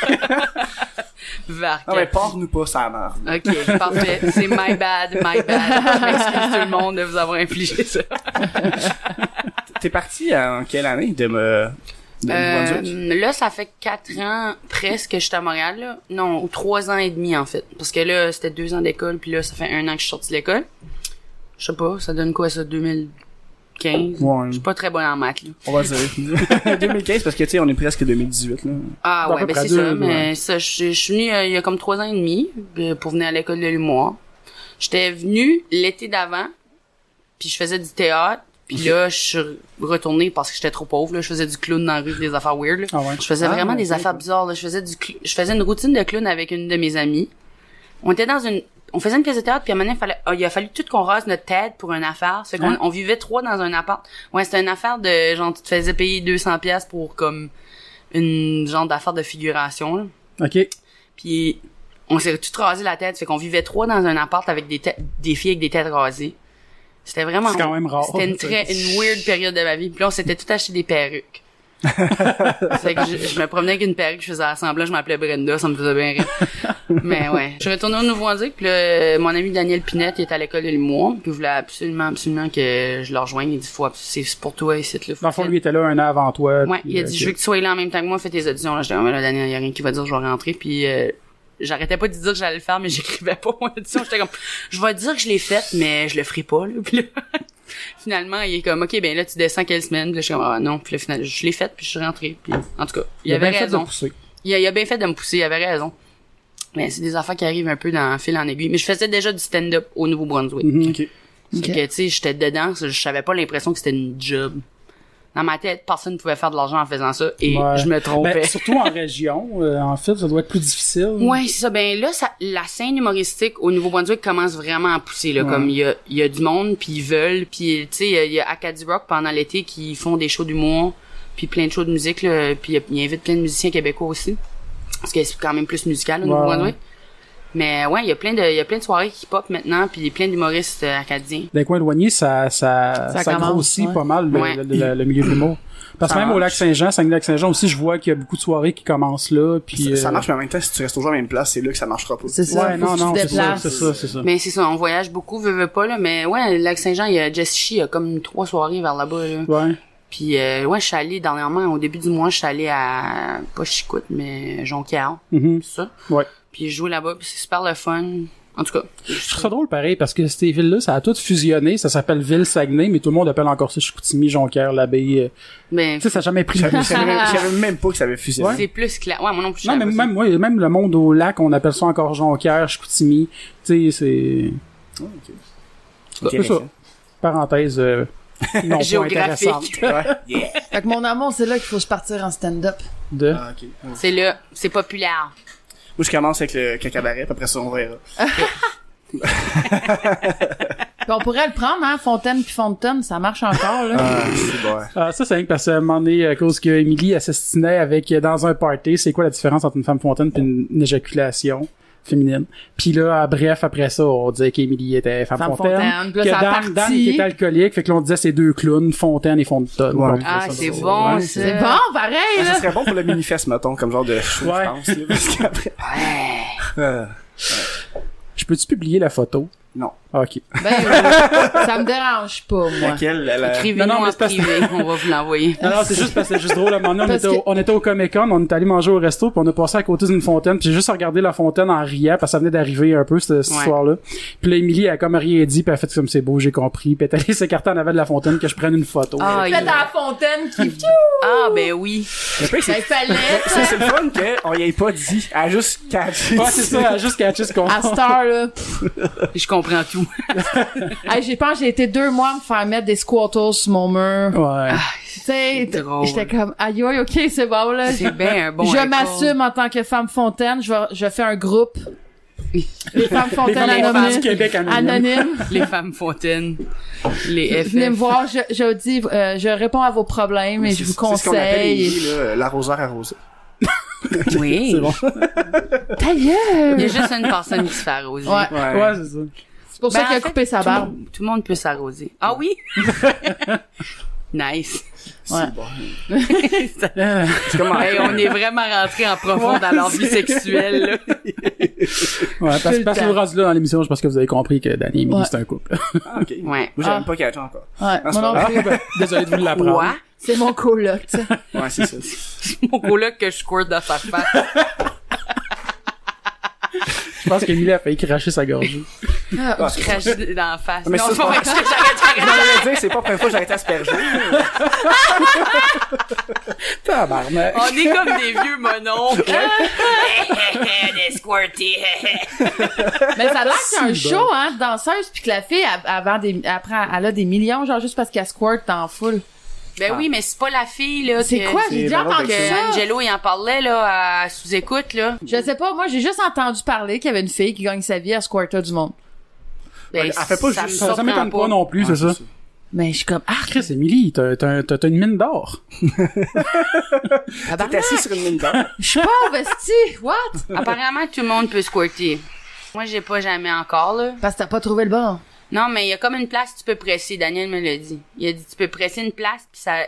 Varka. Non, mais Ah, ben, porte-nous pas, ça marre. Ok, parfait. C'est my bad, my bad. Je m'excuse tout le monde de vous avoir infligé ça. T'es parti en quelle année de me, de Euh, Nouveau-Brunswick? là, ça fait quatre ans presque que je suis à Montréal. Là. Non, ou trois ans et demi en fait. Parce que là, c'était deux ans d'école, puis là, ça fait un an que je suis sortie de l'école. Je sais pas, ça donne quoi ça, 2015? Ouais. Je suis pas très bonne en maths. Là. On va dire. 2015, parce que, tu sais, on est presque 2018, là. Ah Bon, à ouais, peu ben près c'est deux, ça. ouais. Mais ça, je, je suis venue euh, il y a comme trois ans et demi euh, pour venir à l'école de l'humour. J'étais venue l'été d'avant, puis je faisais du théâtre. Puis là, je suis retournée parce que j'étais trop pauvre. Là. Je faisais du clown dans la rue, des affaires weird. là. Ah ouais. Je faisais Ah, vraiment ok, des affaires bizarres. Là. Je faisais du, cl- je faisais une routine de clown avec une de mes amies. On était dans une, on faisait une pièce de théâtre. Puis à un moment donné, il fallait- ah, il a fallu tout qu'on rase notre tête pour une affaire. C'est qu'on Hein? on vivait trois dans un appart. Ouais, c'était une affaire de genre tu te faisais payer 200 pièces pour comme une genre d'affaire de figuration. là. Ok. Puis on s'est tout rasé la tête, fait qu'on vivait trois dans un appart avec des têtes, des filles avec des têtes rasées. C'était vraiment C'est quand même rare. C'était une très une weird période de ma vie. Puis là, on s'était tout acheté des perruques. c'est que je, je me promenais avec une perruque, je faisais assemblage, je m'appelais Brenda, ça me faisait bien rire. Mais ouais, je suis retournée au Nouveau-Brunswick, puis là, euh, mon ami Daniel Pinette, il est à l'école de l'humour, puis il voulait absolument, absolument que je le rejoigne. Il dit, faut, abs- c'est c'est pour toi ici, là. faut Dans le fond, que- lui était là un an avant toi. Ouais, puis, il a euh, dit, ok. je veux que tu sois là en même temps que moi, fais tes auditions. Là, j'étais, ah, ouais, là, Daniel, y a rien qui va dire, je vais rentrer. Puis, euh, j'arrêtais pas de dire que j'allais le faire, mais j'écrivais pas mon audition. J'étais comme, je vais dire que je l'ai faite, mais je le ferai pas, là. Puis là, finalement, il est comme, OK, ben là, tu descends quelle semaine? Puis là, je suis comme, ah non. Puis là, finalement, je l'ai faite, puis je suis rentré. Puis, en tout cas, il, a avait bien fait de raison. pousser. Il a, il a bien fait de me pousser, il avait raison. Mais c'est des affaires qui arrivent un peu dans le fil en aiguille. Mais je faisais déjà du stand-up au Nouveau-Brunswick. Mhm. Ok. Fait que, tu sais, j'étais dedans, je savais pas l'impression que c'était une job. Dans ma tête, personne ne pouvait faire de l'argent en faisant ça, et Ouais. je me trompais. Ben, surtout en région, euh, en fait, ça doit être plus difficile. Ouais, c'est ça. Ben là, ça, la scène humoristique au Nouveau-Brunswick commence vraiment à pousser. Là, Comme il y a, il y a du monde, puis ils veulent. Puis, tu sais, il y a Acadie Rock pendant l'été qui font des shows d'humour, puis plein de shows de musique. Là, puis ils invitent plein de musiciens québécois aussi. Parce que c'est quand même plus musical au Ouais. Nouveau-Brunswick. Mais ouais, il y a plein de, il y a plein de soirées qui pop maintenant, puis plein d'humoristes euh, acadiens. Dans les coins éloignés, ça, ça, ça, Ça commence, grossit ouais. pas mal le, Ouais. le- le- le milieu de l'humour. Parce que Ça même au lac Saint-Jean, Saguenay-Lac-Saint-Jean aussi, je vois qu'il y a beaucoup de soirées qui commencent là. Puis, Ça, ça euh, marche, mais en même temps, si tu restes toujours à la même place, c'est là que ça marchera pas. C'est Ouais, ça, faut non, que tu non, te c'est ça, déplaces. c'est ça, c'est ça. Mais c'est ça, on voyage beaucoup, veut, veut pas, là. Mais ouais, Lac-Saint-Jean, il y a Jesse Shee, il y a comme trois soirées vers là-bas, là. Ouais. Puis, euh, ouais, je suis allée dernièrement, au début du mois, je suis allée à, pas Chicoute, mais Jonquière, Mhm. tout ça. Ouais. Puis, je joue là-bas, puis c'est super le fun. En tout cas, Je trouve ça drôle pareil parce que ces villes-là, ça a tout fusionné. Ça s'appelle Ville-Saguenay, mais tout le monde appelle encore ça Chicoutimi, Jonquière, l'abbaye. euh. ben, Tu sais, ça n'a jamais pris le Je savais je savais même pas que ça avait fusionné. c'est plus clair. Ouais, moi non plus, je Non, mais savais pas même, ouais, même le monde au lac, on appelle ça encore Jonquière, Chicoutimi. Tu sais, c'est... Ok, C'est ça. Parenthèse euh, non ça. pas intéressante. Géographique. Ouais. Yeah. Fait que mon amour, c'est là qu'il faut se partir en stand-up. De... Ah, ok. Ouais. C'est là, c'est populaire. Moi, je commence avec le cacabaret, puis après ça, on verra. Puis on pourrait le prendre, hein, Fontaine puis Fontaine, ça marche encore, là. Ah, c'est bon. Ah, ça, c'est rien que parce que, à un moment donné, à cause que Emily assassinait avec, euh, dans un party, c'est quoi la différence entre une femme fontaine et une, une éjaculation féminine. Puis là, à- bref, après ça, on disait qu'Emily était femme, Femme fontaine. fontaine, puis là, que ça a Dan, Dan parti. qui était alcoolique, fait que l'on disait c'est deux clowns, fontaine et fontaine. Ouais. Donc, Ah, ça, c'est ça, bon, ouais. ça. c'est bon, pareil, Ah, ça là. serait bon pour le manifeste, mettons, comme genre de show, Ouais. Ah, je pense. là, parce qu'après- Ouais. Euh, Je peux-tu publier la photo? non. Ah, ok. Ben, oui, ça me dérange pas, moi. Laquelle? La, la- Écrivez-nous Non, non, mais en c'est parce- privé, on va vous l'envoyer. Non, non, c'est juste parce que c'est juste drôle. À un moment donné, on, Parce était au, que- on était au Comic-Con, on est allé manger au resto, puis on a passé à côté d'une fontaine, puis j'ai juste regardé la fontaine en riant, parce que ça venait d'arriver un peu, cette, cette Ouais. histoire-là. Puis là, Émilie, elle a comme rien dit, puis elle a fait comme c'est beau, j'ai compris, puis elle est allée s'écarter en avant de la fontaine que je prenne une photo. Ah, Faites à il- la fontaine qui... ah, ben oui. Le pire, ben, c'est- fallait... Ça, c'est le fun qu'on y ait pas dit. Elle a juste catché. Ouais, c'est ça, elle a juste catché ce qu'on À Star, là. Je comprends tout. Hey, j'ai pense que j'ai été deux mois à me faire mettre des squatters sur mon mur. Ouais. Tu sais, c'est drôle. j'étais comme, aïe, aïe, ok, c'est bon, là. C'est bien un bon je record. m'assume en tant que femme fontaine. Je, vais- je fais un groupe. Les femmes Les fontaines femmes anonyme. du anonymes. Québec anonyme. Anonymes. Les femmes fontaines, les FF. Venez me voir. Je, je dis, euh, je réponds à vos problèmes et C'est- je vous C'est ce qu'on appelle conseille. Émilie, là, l'arroseur arrosé. Oui. C'est bon. Ta Il y a gueule! juste une personne qui se fait arroser. Ouais. Ouais, c'est ça. C'est pour ça Ben, qu'il a en fait, coupé sa tout le barbe. monde- Tout le monde peut s'arroser. Ah oui? nice. Ouais. C'est bon. Euh, C'est comme en- Hey, Ben, on est vraiment rentré en profond dans leur vie sexuelle. là. ouais, parce, le parce que temps. rendu là dans l'émission, je pense que vous avez compris que Danny et Émilie, Ouais. c'est un couple. Ah, ok. Ouais. Moi, j'avais Ah. pas catché encore. Ouais, Ah, c'est moi non pas plus. Désolé de vous l'apprendre. Quoi? C'est mon coloc, tu sais. Ouais, c'est ça. Mon coloc que je squirt dans sa face. Je pense qu'Émilie a failli cracher sa gorge. Ah, Je crache dans la face. Mais non, ça, c'est pas vrai c'est que j'arrête, j'arrête. Non, mais dire, c'est pas la première fois que j'ai arrêté asperger. Tabarnak. On est comme des vieux mononcles. Des squirty. Mais ça a l'air qu'il y a un show, hein, de danseuse, puis que la fille, elle, elle vend des, elle, prend- elle a des millions, genre, juste parce qu'elle squirt en full. Ben oui, mais c'est pas la fille, là. Ah. C'est que- quoi? J'ai c'est déjà vraiment entendu Que ça. Angelo, il en parlait, là, à sous-écoute, là. Je sais pas, moi, j'ai juste entendu parler qu'il y avait une fille qui gagne sa vie à squirter du monde. Ben, Elle fait pas ça juste- Ça, me ça surprend m'étonne pas non plus, c'est ça. Mais je suis comme, ah, Chris, Émilie, t'as t'as- t'as- t'as une mine d'or. tabarnak, Ah, T'es assis sur une mine d'or. je suis pas investie, what? Apparemment, tout le monde peut squirter. Moi, j'ai pas jamais encore, là. Parce que t'as pas trouvé le bon. Non, mais il y a comme une place que tu peux presser. Daniel me l'a dit. Il a dit, tu peux presser une place, puis ça...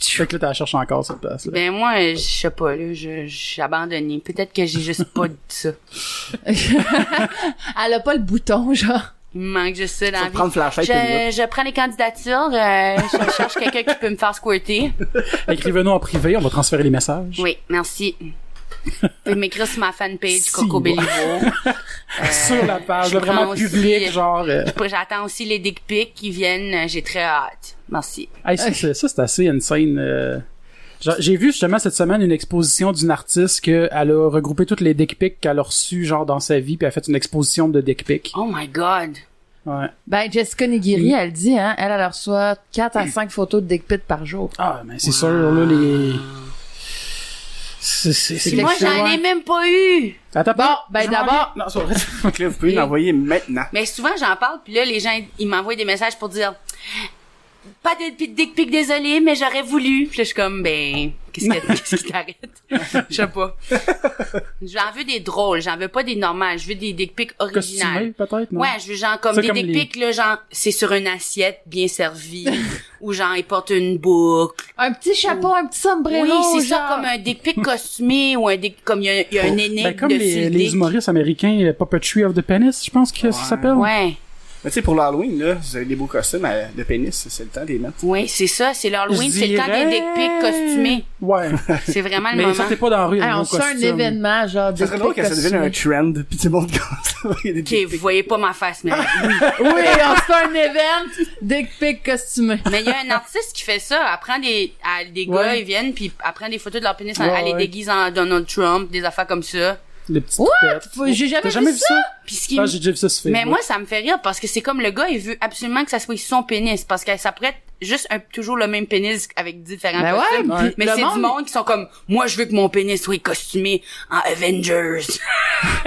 Fait que là, t'as cherché encore cette place-là. Ben moi, je sais pas, là. Je, je suis abandonnée. Peut-être que j'ai juste pas dit ça. Elle a pas le bouton, genre. Il me manque juste ça dans la Faut vie. prendre flashlight. Je, je prends les candidatures, euh, je cherche quelqu'un qui peut me faire squirter. Écrivez-nous en privé, on va transférer les messages. Oui, merci. Vous pouvez m'écrire sur ma fanpage Si, Coco ouais. Bellivo. Sur la page, je là, vraiment prends aussi- public, genre. euh, Après, J'attends aussi les dick pics qui viennent, euh, j'ai très hâte. Merci. hey, ça, c'est- ça, c'est assez insane. euh. Genre, J'ai vu justement cette semaine une exposition d'une artiste que elle a regroupé toutes les dick pics qu'elle a reçues genre dans sa vie puis elle a fait une exposition de dick pics. Oh my god. Ouais. Ben, Jessica Nigiri, elle dit, hein, elle, elle reçoit 4 à 5 photos de dick pic par jour. Ah mais c'est sûr là les c'est c'est c'est Puis Moi, quelque chose, j'en ai ouais. même pas eu. Attends, Bon, ben, d'abord, non, c'est vrai. Donc là, vous pouvez l'envoyer maintenant. Mais souvent, j'en parle, puis là, les gens, ils m'envoient des messages pour dire pas de p- dick pic, désolé, mais j'aurais voulu. Puis là, je suis comme, ben, qu'est-ce que- qu'est-ce qui t'arrête? Je sais pas. J'en veux des drôles, j'en veux pas des normales, je veux des dick pics costumé originales. peut-être non? Ouais, je veux genre comme Ça, des comme dick les- pics, là, genre, c'est sur une assiette bien servie, ou genre, ils portent une boucle. un petit chapeau, un petit sombrero. Oui, c'est ça, genre. comme un dick pic costumé, ou un dick, comme il y a, il y a un énigme Ben, comme de les, les fil dick. humoristes américains euh, Puppetry of the Penis, je pense que ça Ouais. s'appelle. Ouais. Mais tu sais, pour l'Halloween, là, vous avez des beaux costumes à- de pénis, c'est le temps de les mettre. Oui, c'est ça, c'est l'Halloween, Je c'est le temps des dirais- dick pics costumés. Ouais. C'est vraiment le Mais moment. sortez pas dans la rue. Hey, en Ah, on gros se fait un costume. événement, genre, Ça dick serait drôle pic que ça devienne un costumé. trend, pis tout le monde comme ça. il y a des Ok, vous voyez pas ma face, mais oui. Oui, on se fait un événement dick pic costumé. Mais il y a un artiste qui fait ça. Elle prend des, elle- des gars, Ouais. ils viennent, puis elle prend des photos de leur pénis, Ouais, elle les ouais. déguise en Donald Trump, des affaires comme ça. Les petites What? toupettes. Faut- J'ai T'as jamais, jamais vu ça? Puis ce qui... Ah, j'ai déjà vu ça sur Facebook. mais moi, ça me fait rire parce que c'est comme le gars, il veut absolument que ça soit son pénis parce qu'elle s'apprête juste un, toujours le même pénis avec différents Ben ouais, costumes. puis mais le c'est du monde- monde qui sont comme, moi, je veux que mon pénis soit costumé en Avengers.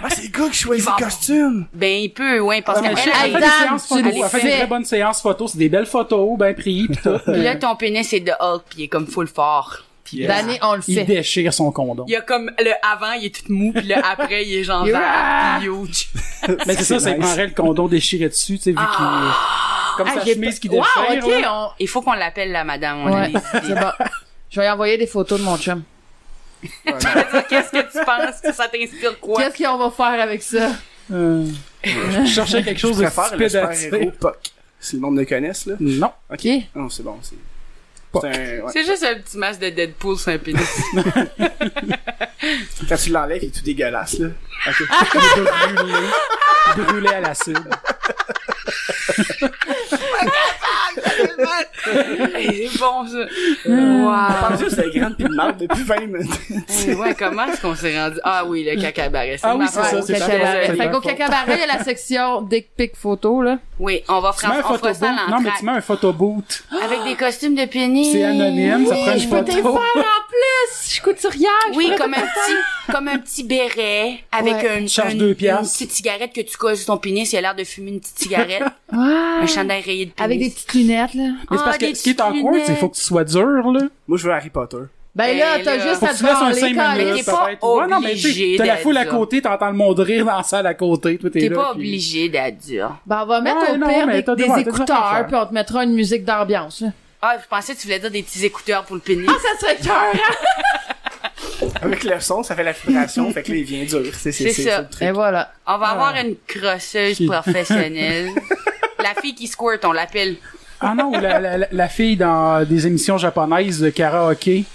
Ah, c'est le gars qui choisit Il va- le costume! ben, il peut, ouais, parce Ah, mais qu'elle, je sais, elle- elle fait des Dan, séances tu photos, le elle fait fais. une très bonne séance photo, c'est des belles photos, bien prises pis tout. là, ton pénis est de Hulk, puis il est comme full fort. Puis Yes. D'année, on le Il fait. déchire son condom. Il y a comme le avant, il est tout mou, puis le après, il est genre Yeah. vert, puis huge. Mais c'est ça, c'est qu'il nice. prendrait le condom déchiré dessus, tu sais, vu qu'il... Comme Ah, sa j'ai chemise qui pas- déchire. Wow, ok, là. on... Il faut qu'on l'appelle la madame, on a des Ouais, idées. c'est bon. Je vais lui envoyer des photos de mon chum. Tu vas dire qu'est-ce que tu penses, que ça t'inspire quoi? Qu'est-ce qu'on va faire avec ça? Euh, je cherchais quelque chose Je de préfère le stupide à super-héros dire. Puck. Si le monde le connaisse, là. Non. Ok. Qui? Non, c'est bon, c'est. Puck. C'est un. ouais. C'est juste un petit masque de Deadpool sur un pénis. Quand tu l'enlèves, il est tout dégueulasse, là. Ok. Ah! brûlé, brûlé à l'acide. C'est bon, ça. On Wow. parle juste de grande pis de marde depuis 20 minutes. Eh, Euh, ouais, comment est-ce qu'on s'est rendu? Ah oui, le cacabaret. Ah oui, ma c'est faute. ça, Au c'est Désolée. la cacabaret. faute. Fait qu'au cacabaret, il y a la section dick pic photo, là. Oui, on va Tu mets un faire, on fera photoboot. ça à Non, mais tu mets l'entrée. un photoboot. Avec des costumes de pénis. C'est anonyme, ça prend une je peux te le faire photo. en plus! Je suis couturière! je Oui, pourrais comme te un le faire. petit, comme un petit béret, avec Ouais. une, Charge une- deux une piastres. petite cigarette que tu colles sur ton pénis, il a l'air de fumer une petite cigarette, Ouais. un chandail rayé de pénis. Ah, Avec des petites lunettes, là. Mais c'est parce que ce qui est en cours, c'est faut que tu sois dur, là. Moi, je veux Harry Potter. Ben Ben là, t'as là. juste Faut à que te tu laisses un branler, 5 Colin. mais minutes, t'es ça pas va être... Ouais, non, mais tu sais, obligé t'as la d'être foule à ça. côté, t'entends le monde rire dans la salle à côté, toi, t'es T'es là, pas puis- obligé d'être dur. Ben, on va mettre Ouais, au non, pire mais des, t'as des des- ouais, t'as des affaires. écouteurs, puis on te mettra une musique d'ambiance. là. Ah, je pensais que tu voulais dire des petits écouteurs pour le pénis. Ah, ça serait cœur! Avec le son, ça fait la vibration, fait que là, il vient dur. C'est C'est ça. le truc. Et voilà. On va avoir une crosseuse professionnelle. la fille qui squirt, on l'appelle. Ah non, ou la, la, la- la fille dans des émissions japonaises de karaoké,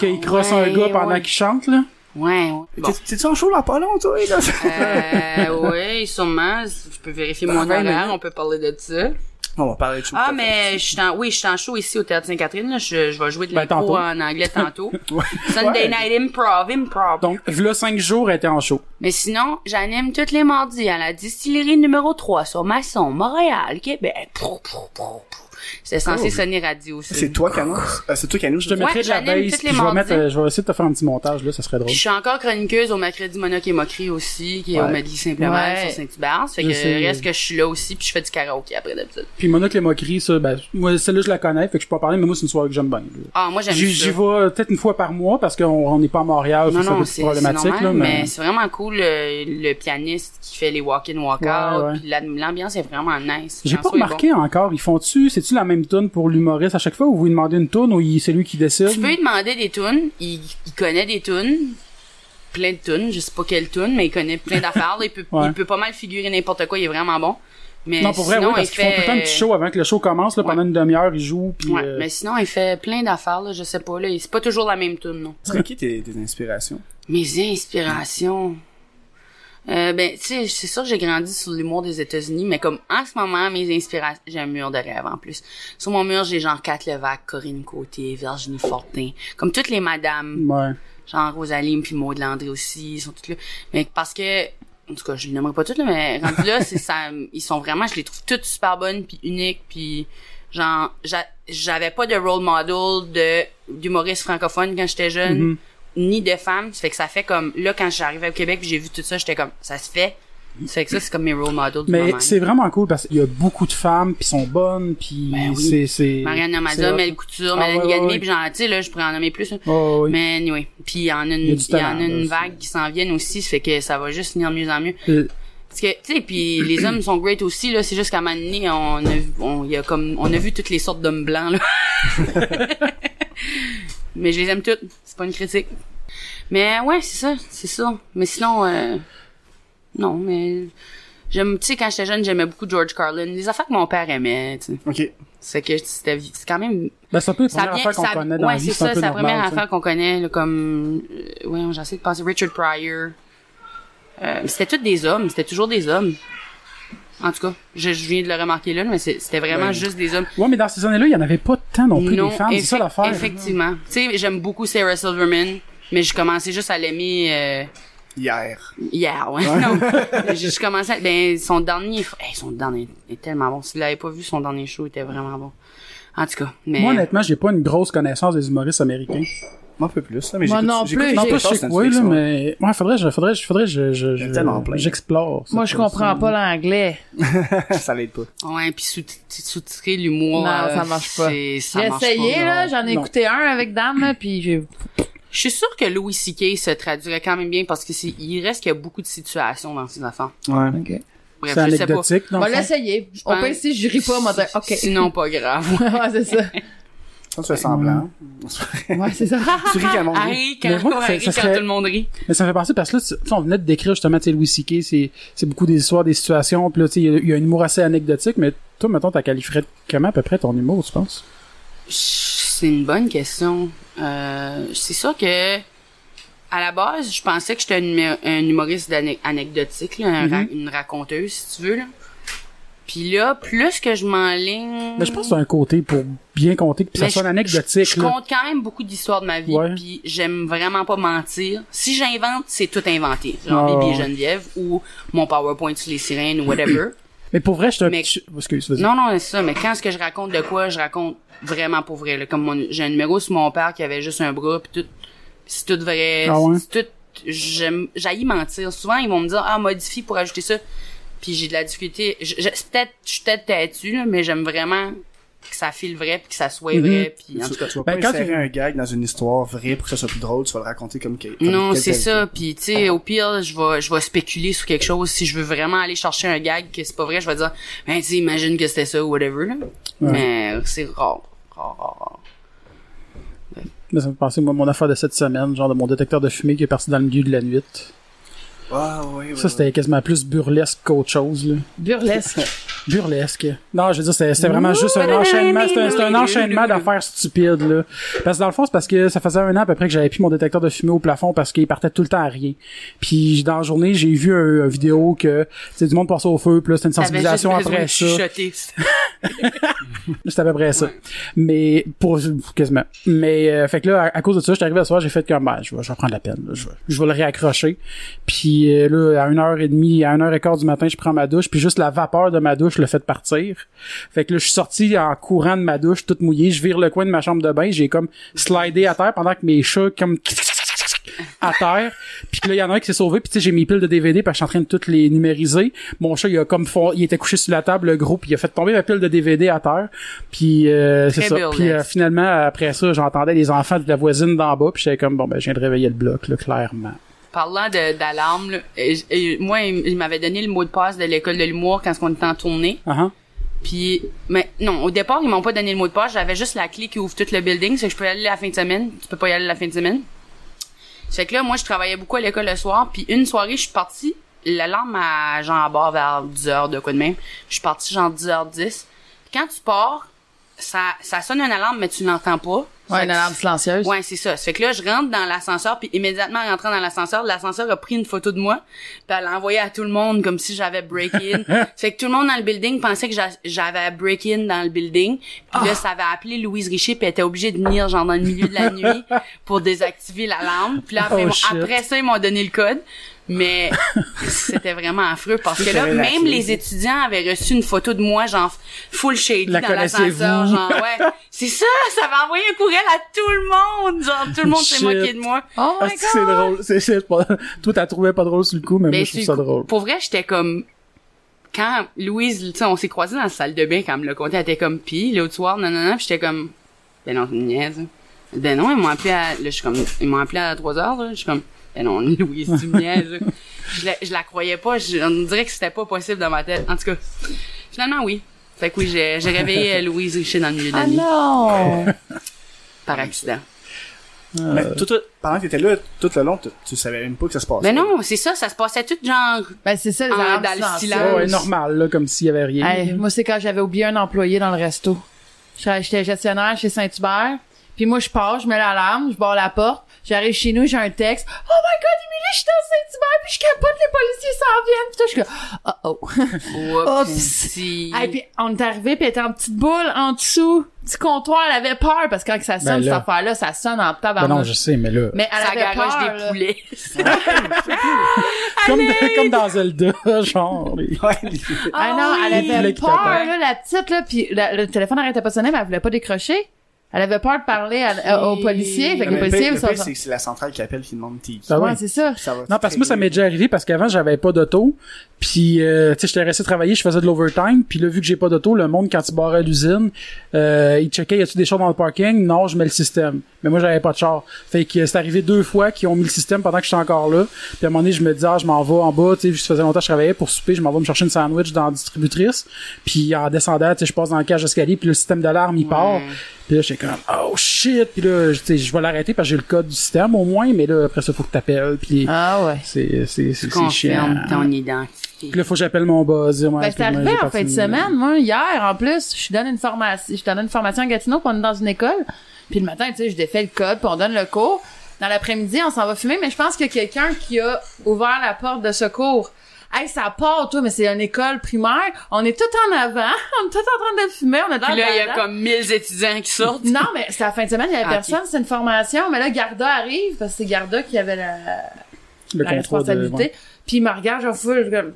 qui crosse un Ah, ouais, gars pendant ouais. qu'il chante, là. Ouais, ouais. Bon. T'es- T'es-tu en show là, pas long, toi, là? Euh, oui, sûrement. Je peux vérifier Ben, mon Ah, ouais, horaire, mais- on peut parler de ça. On va parler de show. Ah, mais je suis en, oui, je suis en show ici au Théâtre Sainte-Catherine, là. Je, je vais jouer de Ben, l'impro tantôt. en anglais tantôt. Ouais. Sunday Ouais. Night Improv, Improv. Donc, v'là 5 jours, elle était en show. Mais sinon, j'anime tous les mardis à la distillerie numéro 3 sur Masson, Montréal, Québec. Prou, prou, prou, prou. C'est censé Cool. sonner radio. ça. C'est toi qui annonce. Euh, c'est toi qui annonce. Je te je mettrai de la j'anime base, tous puis les je vais, mardis. mettre, euh, je vais essayer de te faire un petit montage, là, ça serait drôle. Puis je suis encore chroniqueuse au mercredi Monoc et Moquerie aussi, qui est au Ouais. Medley simplement Ouais. sur Saint-Hubert. Ça Fait Je que sais. reste que je suis là aussi, puis je fais du karaoké après d'habitude. Puis Monocle les moqueries, ça, ben, moi, celle-là, je la connais, fait que je peux pas parler, mais moi, c'est une soirée que j'aime bien. là. Ah, moi j'aime J'y ça. j'y vais peut-être une fois par mois parce qu'on on n'est pas à Montréal, Non, c'est non, plus c'est c'est problématique, normal, là, mais, mais... c'est vraiment cool le, le pianiste qui fait les walk-in, walk-out. Ouais, ouais. puis la- l'ambiance est vraiment nice. J'ai pas François est remarqué encore, ils font-tu, c'est-tu la même tune pour l'humoriste à chaque fois ou vous lui demandez une tune ou il- c'est lui qui décide? bon. Tu peux lui demander des tunes. Il, il connaît des tunes. Plein de tunes. Je sais pas quelle tune, mais il connaît plein d'affaires. là, il, peut, Ouais. il peut pas mal figurer n'importe quoi. Il est vraiment bon. Mais non, pour vrai, sinon, oui, parce il qu'ils font tout le temps un petit fait- show avant que le show commence, là, pendant une demi-heure, ils jouent, puis... Ouais, euh, mais sinon, il fait plein d'affaires, là, je sais pas, là. C'est pas toujours la même tune, non. serais qui tes, tes inspirations? Mes inspirations. Euh, ben, tu sais, c'est sûr que j'ai grandi sur l'humour des États-Unis, mais comme en ce moment, mes inspirations, j'ai un mur de rêve en plus. Sur mon mur, j'ai genre Kat Levac, Corinne Côté, Virginie Fortin, comme toutes les madames, ouais. genre Rosaline puis Maud Landry aussi, ils sont toutes là. Mais parce que, en tout cas, je les nommerai pas toutes là, mais rendu là, c'est ça, ils sont vraiment, je les trouve toutes super bonnes puis uniques puis genre, j'a- j'avais pas de role model de d'humoriste francophone quand j'étais jeune Mhm. ni de femmes. Ça fait que ça fait comme, là, quand j'arrivais au Québec puis j'ai vu tout ça, j'étais comme, ça se fait. Ça fait que ça, c'est comme mes role models du Mais moment. c'est vraiment cool parce qu'il y a beaucoup de femmes, puis sont bonnes, puis Ben oui. c'est... c'est... Marianne c'est Amada, hot. Mel Couture, Ah, Mélanie ouais, ouais, Ganimé, ouais. puis genre, tu sais, là, je pourrais en nommer plus. là. Oh, oui. Mais anyway. Puis il y en a une, Il y a du il y en talent, a une là, vague qui s'en viennent aussi, ça fait que ça va juste finir de mieux en mieux. Euh, Parce que, tu sais, puis les hommes sont great aussi, là, c'est juste qu'à un moment donné, on a, vu- on, il y a comme, on a vu toutes les sortes d'hommes blancs, là. Mais je les aime toutes, c'est pas une critique. Mais ouais, c'est ça, c'est ça. Mais sinon, euh, non, mais j'aime, tu sais, quand j'étais jeune, j'aimais beaucoup George Carlin. Les affaires que mon père aimait, tu sais. Ok. C'est que c'était, c'est quand même Ben, c'est un peu la ça première vient- affaire qu'on ça- connaît dans ouais, la vie, c'est c'est un peu ça, c'est la normal. première tu sais. affaire qu'on connaît, là, comme, euh, ouais, j'essaie de penser, Richard Pryor. Euh, c'était tous des hommes, c'était toujours des hommes. En tout cas, je, je viens de le remarquer là, mais c'est- c'était vraiment Ouais. juste des hommes. Ouais, mais dans ces années-là, il y en avait pas tant non plus des femmes, c'est ça effe- l'affaire. Effectivement. Tu sais, j'aime beaucoup Sarah Silverman, mais je commençais juste à l'aimer euh, Hier. hier, ouais. Non. je, je commençais, à- ben, son dernier, hey, son dernier est tellement bon. Si vous l'avez pas vu, son dernier show était vraiment bon. En tout cas, mais. Moi, honnêtement, j'ai pas une grosse connaissance des humoristes américains. Moi, un peu plus, là, mais Moi j'écoute- non j'écoute plus, les Non, j'ai- pas podcasts, je sais ça me quoi, fait là, ça. mais, ouais, faudrait, je, faudrait, je, faudrait, je, je, y en a tellement je- plein. j'explore. cette Moi, je comprends personne. pas l'anglais. ça l'aide pas. Ouais, puis sous- sous-titrer l'humour. Non, euh, ça marche pas. c'est- ça J'ai marche essayé, pas, là. non. J'en ai Non. écouté un avec Dan, là, puis j'ai... Je suis sûre que Louis C.K. se traduirait quand même bien parce que c'est, il reste qu'il y a beaucoup de situations dans ses enfants. Ouais. Bref, C'est je sais pas. anecdotique, On dans va le fond. l'essayer. On pense- peut si je ris pas, moi, dire, OK. Sinon, pas grave. ouais, c'est ça. Ça, c'est semblant. Mm. Ouais, c'est ça. Tu ris quand on rit. Harry, quand, Mais moi, ça- Harry, ça quand serait- tout le monde rit. Mais ça me fait penser parce que là, tu tu sais, on venait de décrire justement, tu sais, Louis C.K., c'est, c'est beaucoup des histoires, des situations, puis là, tu sais, il y a- il y, a un humour assez anecdotique, mais toi, mettons, t'as qualifié comment à peu près ton humour, tu penses? C'est une bonne question. Euh, c'est sûr que à la base, je pensais que j'étais un, humé- un humoriste d'ane- anecdotique, là, un ra- Mm-hmm. une raconteuse, si tu veux. Là. Puis là, plus que je m'enligne... Mais je pense que t'as un côté pour bien compter, puis ça Mais sonne je- anecdotique, Je, je là. compte quand même beaucoup d'histoires de ma vie, Ouais. puis j'aime vraiment pas mentir. Si j'invente, c'est tout inventé. Genre Ah, Bibi et ouais. Geneviève ou mon PowerPoint sur les sirènes ou whatever. Mais pour vrai, je Mais- suis un... Excuse, vas-y. non, non, c'est ça. Mais quand ce que je raconte de quoi, je raconte vraiment pour vrai. là. Comme mon- j'ai un numéro sur mon père qui avait juste un bras, puis tout. C'est tout vrai. Ah ouais? C'est tout. J'aime, j'haïs mentir. Souvent, ils vont me dire ah modifie pour ajouter ça. Puis j'ai de la difficulté. Je, je- c'est peut-être, je suis peut-être têtu, là, mais j'aime vraiment que ça file vrai, puis que ça Mm-hmm. soit vrai, puis en Tu, tout cas. tu vas Ben, pas quand insérer tu- un gag dans une histoire vraie pour que ça soit plus drôle, tu vas le raconter comme... que- comme Non, quelle c'est telle- ça. Puis tu sais, au pire, je vais, je vais spéculer sur quelque chose. Si je veux vraiment aller chercher un gag que c'est pas vrai, je vais dire, ben tu sais, imagine que c'était ça ou whatever là. Mais c'est rare, rare, rare, rare. Mais ça me fait penser, moi, mon affaire de cette semaine, genre de mon détecteur de fumée qui est parti dans le milieu de la nuit. Ah, ouais, ouais, Ça, c'était quasiment plus burlesque qu'autre chose, là. Burlesque. Burlesque. Non, je veux dire, c'était c'était vraiment juste un enchaînement. C'était un- c'était un enchaînement d'affaires stupides, là. Parce que dans le fond, c'est parce que ça faisait un an à peu près que j'avais plus mon détecteur de fumée au plafond parce qu'il partait tout le temps à rien. Puis dans la journée, j'ai vu un, une vidéo que, tu sais, du monde passait au feu, puis là, c'était une T'avais juste sensibilisation besoin après de ça. chuchoter. C'est à peu près ça. Mais, pour, quasiment. Mais, euh, fait que là, à, à cause de ça, j'étais arrivé le soir, j'ai fait comme, ben, je vais, je vais prendre la peine, là. je, vais, je vais le réaccrocher. Puis, euh, là, à une heure et demie, à une heure et quart du matin, je prends ma douche, puis juste la vapeur de ma douche le fait partir. Fait que là, je suis sorti en courant de ma douche, toute mouillée, je vire le coin de ma chambre de bain, j'ai comme slidé à terre pendant que mes chats, comme, à terre. Puis que là, il y en a un qui s'est sauvé. Puis tu sais, j'ai mis pile de DVD parce que je suis en train de toutes les numériser. Mon chat, il a comme fond, il était couché sur la table, le gros, puis il a fait tomber ma pile de DVD à terre. Puis euh, c'est Très ça. burlesque. Puis euh, finalement, après ça, j'entendais les enfants de la voisine d'en bas. Puis j'étais comme bon, ben, je viens de réveiller le bloc, là, clairement. Parlant de- d'alarme, là, euh, j- euh, moi, il, il m'avait donné le mot de passe de l'école de l'humour quand on était en tournée. Ah ah. Puis, mais non, au départ, ils m'ont pas donné le mot de passe. J'avais juste la clé qui ouvre tout le building. C'est que je peux y aller la fin de semaine. Tu peux pas y aller la fin de semaine. C'est que là, moi, je travaillais beaucoup à l'école le soir. Puis une soirée, je suis partie. L'alarme à genre à bord vers 10h de quoi de même. Je suis partie genre 10h10. Quand tu pars, ça, ça sonne une alarme, mais tu l'entends pas. Ouais, Fait une que alarme silencieuse. Ouais, c'est ça. Ça fait que là, je rentre dans l'ascenseur, puis immédiatement en rentrant dans l'ascenseur, l'ascenseur a pris une photo de moi, puis elle l'a envoyée à tout le monde comme si j'avais break-in. Ça fait que tout le monde dans le building pensait que j'a- j'avais break-in dans le building. Puis Ah! là, ça avait appelé Louise Richer, puis elle était obligée de venir genre dans le milieu de la nuit pour désactiver l'alarme. Puis là, après, Oh, ils m'ont- shit. après ça, ils m'ont donné le code. Mais c'était vraiment affreux parce que là, C'est relaxé. même les étudiants avaient reçu une photo de moi, genre full shady La dans connaissez-vous? l'ascenseur, genre ouais. C'est ça, ça va envoyer un courriel à tout le monde, genre tout le monde s'est Shit. moqué de moi. Oh Ah, my c'est que c'est god! Ben, drôle. C'est, c'est pas... Toi, t'as trouvé pas drôle sur le coup, mais, moi, je trouve Ben, c'est- ça drôle. Pour vrai, j'étais comme quand Louise, tu sais, on s'est croisés dans la salle de bain quand elle me l'a conté, elle était comme pis l'autre soir, non non non, puis j'étais comme ben non, c'est une niaise. Ben non, ils m'ont appelé à là, je suis comme ils m'ont appelé à 3 heures, là, je suis comme ben non, Louise, tu me niaises. là. je, la, je la croyais pas, je, on dirait que c'était pas possible dans ma tête. En tout cas, finalement oui. Fait que oui, j'ai j'ai réveillé euh, Louise Richer dans le milieu de la Ah nuit non! par accident. Mais tout, tout- pendant que t'étais là, tout le long, tu, tu savais même pas que ça se passait. Mais Ben non, c'est ça, ça se passait tout genre. ben, c'est ça, les Ah, alarmes dans le silencieuses. Ouais, ouais, normal, là, comme s'il y avait rien. Hey, moi, c'est quand j'avais oublié un employé dans le resto. J'étais j'étais gestionnaire chez Saint-Hubert. Puis moi, je pars, je mets l'alarme, je barre la porte. J'arrive chez nous, j'ai un texte. Oh my god, Émilie, je suis dans Saint-Hubert, puis je capote, les policiers s'en viennent. Puis là, je suis comme, oh oh. Oupsie. Hey, puis on est arrivé, puis elle était en petite boule en dessous du comptoir. Elle avait peur, parce que quand ça sonne, Ben là. cette affaire-là, ça sonne en Ben tabarnak. non, je sais, mais là... Mais elle ça avait garoche peur, des là. poulets. Comme, comme dans Zelda, genre... les- Ah non, oui. elle Là, avait qui peur, t'appelle. là, la petite, là, puis la- le téléphone n'arrêtait pas de sonner, mais elle voulait pas décrocher. Elle avait peur de parler à- Ok. aux policiers, fait que Mais les le policiers, pire- ils le sont... pire, c'est que c'est la centrale qui appelle qui demande t'es qui. Ah Ouais, ouais. c'est ça. Ça va Non, parce que très moi, ça m'est bien. déjà arrivé parce qu'avant, j'avais pas d'auto. Puis, euh, tu sais, j'étais resté travailler, je faisais de l'overtime. Puis là, vu que j'ai pas d'auto, le monde, quand il barrait à l'usine, euh, il checkait, y a-tu des chars dans le parking? Non, je mets le système. Mais moi, j'avais pas de char. Fait que euh, c'est arrivé deux fois qu'ils ont mis le système pendant que j'étais encore là. Puis à un moment donné, je me disais, ah, je m'en vais en bas. Tu sais, ça faisait longtemps que je travaillais pour souper, je m'en vais me chercher une sandwich dans la distributrice. Puis en descendant, tu sais, je passe dans le cage d'escalier, puis le système d'alarme, il part. Puis là, j'étais comme, oh shit! Puis là, je tu sais, je vais l'arrêter parce que j'ai le code du système au moins, mais là, après ça, faut que t'appelles. Puis Ah ouais. c'est, euh, c'est, c'est, c'est chiant. Confirme ton identité. Puis là, faut que j'appelle mon boss. dire, moi, Ben, écoute, c'est moi, arrivé j'ai en fin de parti une- semaine, moi, hier, en plus, je donne une formation, je donnais une formation à Gatineau, puis on est dans une école. Puis le matin, tu sais, je défais le code, puis on donne le cours. Dans l'après-midi, on s'en va fumer, mais je pense qu'il y a quelqu'un qui a ouvert la porte de secours. Hey, ça part, toi, mais c'est une école primaire. On est tout en avant, on est tout en train de fumer, on est dans Puis le Ah, ben, là, il y a dada. comme 1000 étudiants qui sortent. Non, mais c'est la fin de semaine, il y avait Ah, personne, c'est une formation. Mais là, Garda arrive, parce que c'est Garda qui avait la, Le la contrôle de- responsabilité. ouais. Puis il me regarde, genre full, comme,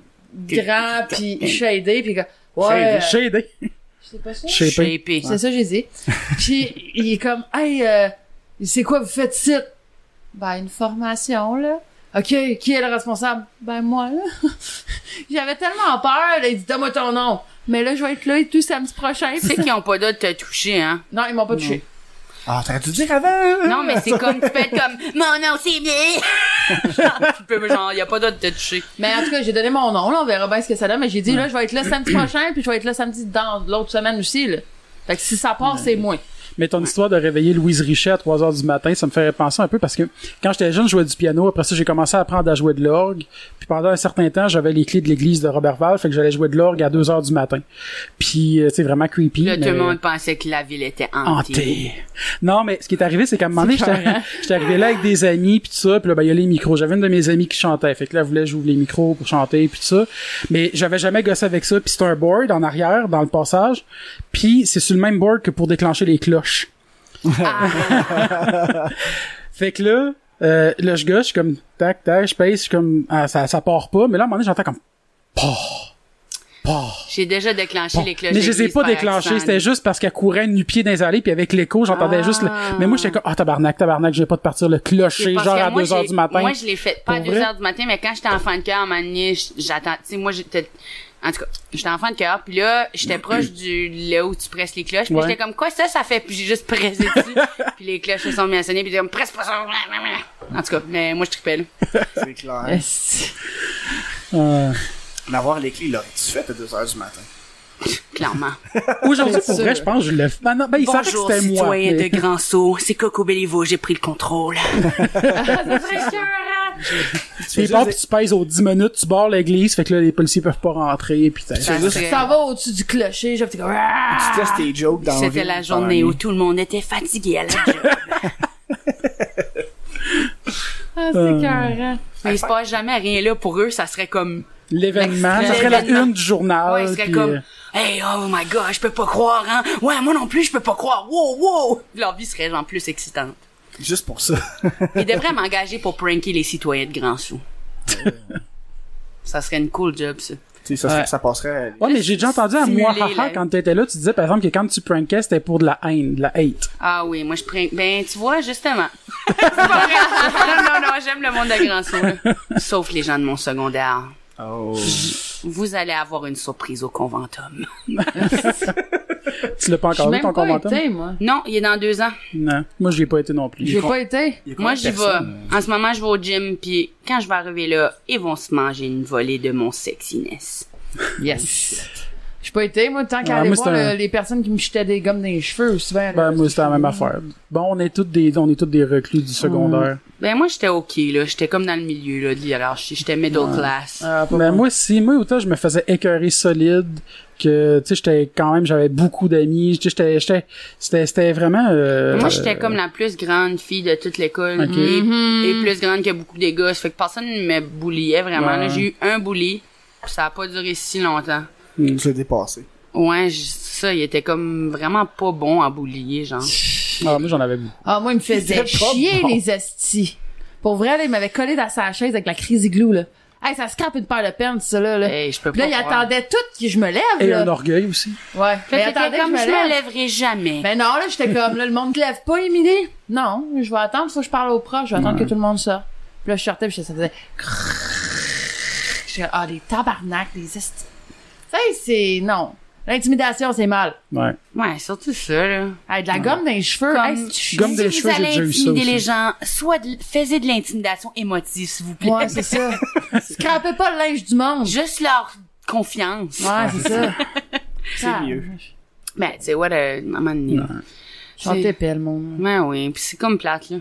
grand, puis shadé, puis comme, ouais, J'ai- euh, J'ai aidé. c'est pas ça? J'ai pas- Shapé. C'est ça, j'ai dit. Puis il est comme, hey, euh, c'est quoi vous faites ici? Ben, une formation, là. OK, qui est le responsable? Ben, moi, là. J'avais tellement peur, là, il dit, donne-moi ton nom. Mais là, je vais être là et tout samedi prochain. Tu sais qu'ils ont pas d'autre te toucher, hein. Non, ils m'ont pas touché. Ah, t'aurais dû dire avant! Non, mais c'est comme, tu peux être comme, mon nom c'est bien! genre, tu peux, genre, y a pas d'autre te toucher. Mais en tout cas, j'ai donné mon nom, là, on verra bien ce que ça donne, mais j'ai dit, là, je vais être là samedi prochain, puis je vais être là samedi dans l'autre semaine aussi, là. Fait que si ça part, c'est moins. Mais ton histoire de réveiller Louise Richet à 3 heures du matin, ça me fait penser un peu parce que quand j'étais jeune, je jouais du piano. Après ça, j'ai commencé à apprendre à jouer de l'orgue. Puis pendant un certain temps, j'avais les clés de l'église de Robert fait que j'allais jouer de l'orgue à 2 heures du matin. Puis euh, c'est vraiment creepy. Là, tout mais- le monde pensait que la ville était hantée. hanté. Non, mais ce qui est arrivé, c'est qu'à un moment donné, C'est j'étais carré. j'étais arrivé là avec des amis, puis tout ça, puis là, ben, il y a les micros. J'avais une de mes amies qui chantait, fait que là, elle voulait que j'ouvre les micros pour chanter, puis tout ça. Mais j'avais jamais gossé avec ça, puis c'était un board en arrière, dans le passage, puis c'est sur le même board que pour déclencher les cloches. fait que là, euh, là, je gosse, je suis comme, tac, tac, je pace, je suis comme, ah, ça, ça part pas, mais là, à un moment donné, j'entends comme, pah, pah. J'ai déjà déclenché les cloches. Mais je les ai d'église pas par déclenchées, accident. c'était juste parce qu'elle courait nu-pied dans les allées, puis avec l'écho, j'entendais Ah. juste le... Mais moi, j'étais comme, ah, tabarnak, tabarnak, j'ai pas de partir le C'est clocher, parce genre que à moi, 2 heures j'ai- du matin. Moi, je l'ai fait pas à Pour 2 vrai? heures du matin, mais quand j'étais enfant de cœur, à un moment donné, j- j'attends, tu sais, moi, j'étais, en tout cas, j'étais enfant de cœur, puis là, j'étais proche du, là où tu presses les cloches, puis Ouais. j'étais comme, quoi ça, ça fait, puis j'ai juste pressé dessus, puis les cloches se sont mis à sonner, puis j'étais comme, presse pas ça, en tout cas, mais moi, je trippais, là. C'est clair. Esti. Euh, Mais avoir les clés, l'aurais-tu fait à 2h du matin? clairement. Aujourd'hui, C'est pour vrai, sûr. je pense que je l'ai fait. Ben, non, ben, il savait que Bonjour, c'était moi. citoyen mais- de Grand Saut, c'est Coco Bellivo, j'ai pris le contrôle. Ça serait hein. écœurant. Tu pars, puis tu pèses aux 10 minutes, tu barres l'église, fait que là, les policiers peuvent pas rentrer, puis t'as- Ça serait- Ça va au-dessus du clocher, je comme, Ah! Tu testes tes jokes dans C'était la journée où tout le monde était fatigué à la job. Ah, c'est Euh. écœurant. Mais il se passe jamais rien là pour eux, ça serait comme l'événement, ça L'extrait. serait la L'événement. une du journal. Ouais, il serait puis, euh, comme Hey, oh my god, je peux pas croire, hein. Ouais, moi non plus, je peux pas croire. Wow, wow. Leur vie serait en plus excitante. Juste pour ça. Ils devraient m'engager pour pranker les citoyens de Grand Sous. ça serait une cool job, ça. tu sais, ça, Ouais. ça passerait. à- Ouais, mais j'ai déjà entendu à Stimuler, moi, là. haha, quand t'étais là, tu disais, par exemple, que quand tu prankais, c'était pour de la haine, de la hate. Ah oui, moi je prank. Ben, tu vois, justement. C'est pas vrai. Non, non, non, j'aime le monde de Grand Sous, là. Sauf les gens de mon secondaire. Oh. Vous allez avoir une surprise au conventum. Tu l'as pas J'ai encore vu, même ton pas commentaire? été, moi. Non, il est dans deux ans. Non. Moi, j'y ai pas été non plus. J'ai pas été. Il y a combien Moi, de j'y vais. personnes, euh, En ce moment, je vais au gym, puis quand je vais arriver là, ils vont se manger une volée de mon sexiness. Yes. J'ai pas été, moi, tant qu'à Ah, aller moi, voir c'est un- le- les personnes qui me jetaient des gommes dans les cheveux, souvent. là, Ben, moi, c'était la même affaire. Bon, on est tous des, on est tous des reclus du secondaire. Ben, moi, j'étais OK, là. J'étais comme dans le milieu, là, de l'hierarchie. J'étais middle class. Euh, Ah, pas Ben, bon. moi, si, moi, autant je me faisais écœurer solide, que, tu sais, j'étais quand même, j'avais beaucoup d'amis, tu sais, j'étais, j'étais, c'était, c'était vraiment, euh, Moi, j'étais comme la plus grande fille de toute l'école. Ok. Et, et Mhm. plus grande que beaucoup des gars. Ça fait que personne ne me bouliait, vraiment. Ouais. là. J'ai eu un bully, puis ça a pas duré si longtemps. Tu l'as dépassé. Ouais, j- ça, il était comme vraiment pas bon à boulier, genre. Ah, moi, j'en avais beaucoup. Ah, moi, il me faisait C'était pas chier, bon. les astis. Pour vrai, là, il m'avait collé dans sa chaise avec la crise igloo, là. Hey, ça scrape une paire de peine, ça, là. là. Hey, je peux Puis là, pas il croire. attendait tout que je me lève, Et là. un orgueil aussi. Ouais. Fait Mais que attendez, t'étais que comme, je me lève. lèverai jamais. Mais Ben non, là, j'étais comme, là, le monde te lève pas, Émilie. Non, je vais attendre, faut que je parle aux proches, je vais attendre que tout le monde sorte. Puis là, je sortais, puis ça faisait... crrrr. J'étais, ah, des tabarnak, des esti. Ça, c'est, non. L'intimidation, c'est mal. Ouais. Ben, Ouais, surtout ça, là. Hey, de la gomme dans les cheveux, Comme- hey, c'est chiant. Gomme dans les si cheveux, vous j'ai allez déjà eu ça intimider aussi. les gens, soit de- faisez de l'intimidation émotive, s'il vous plaît. Ouais, c'est ça. Scrapez pas le linge du monde. Juste leur confiance. Ouais, c'est ça. Ah, C'est mieux. Ben, tu sais, what a... à un moment donné. Chantais C'est- pelle, mon. Ben oui, puis c'est comme plate, là.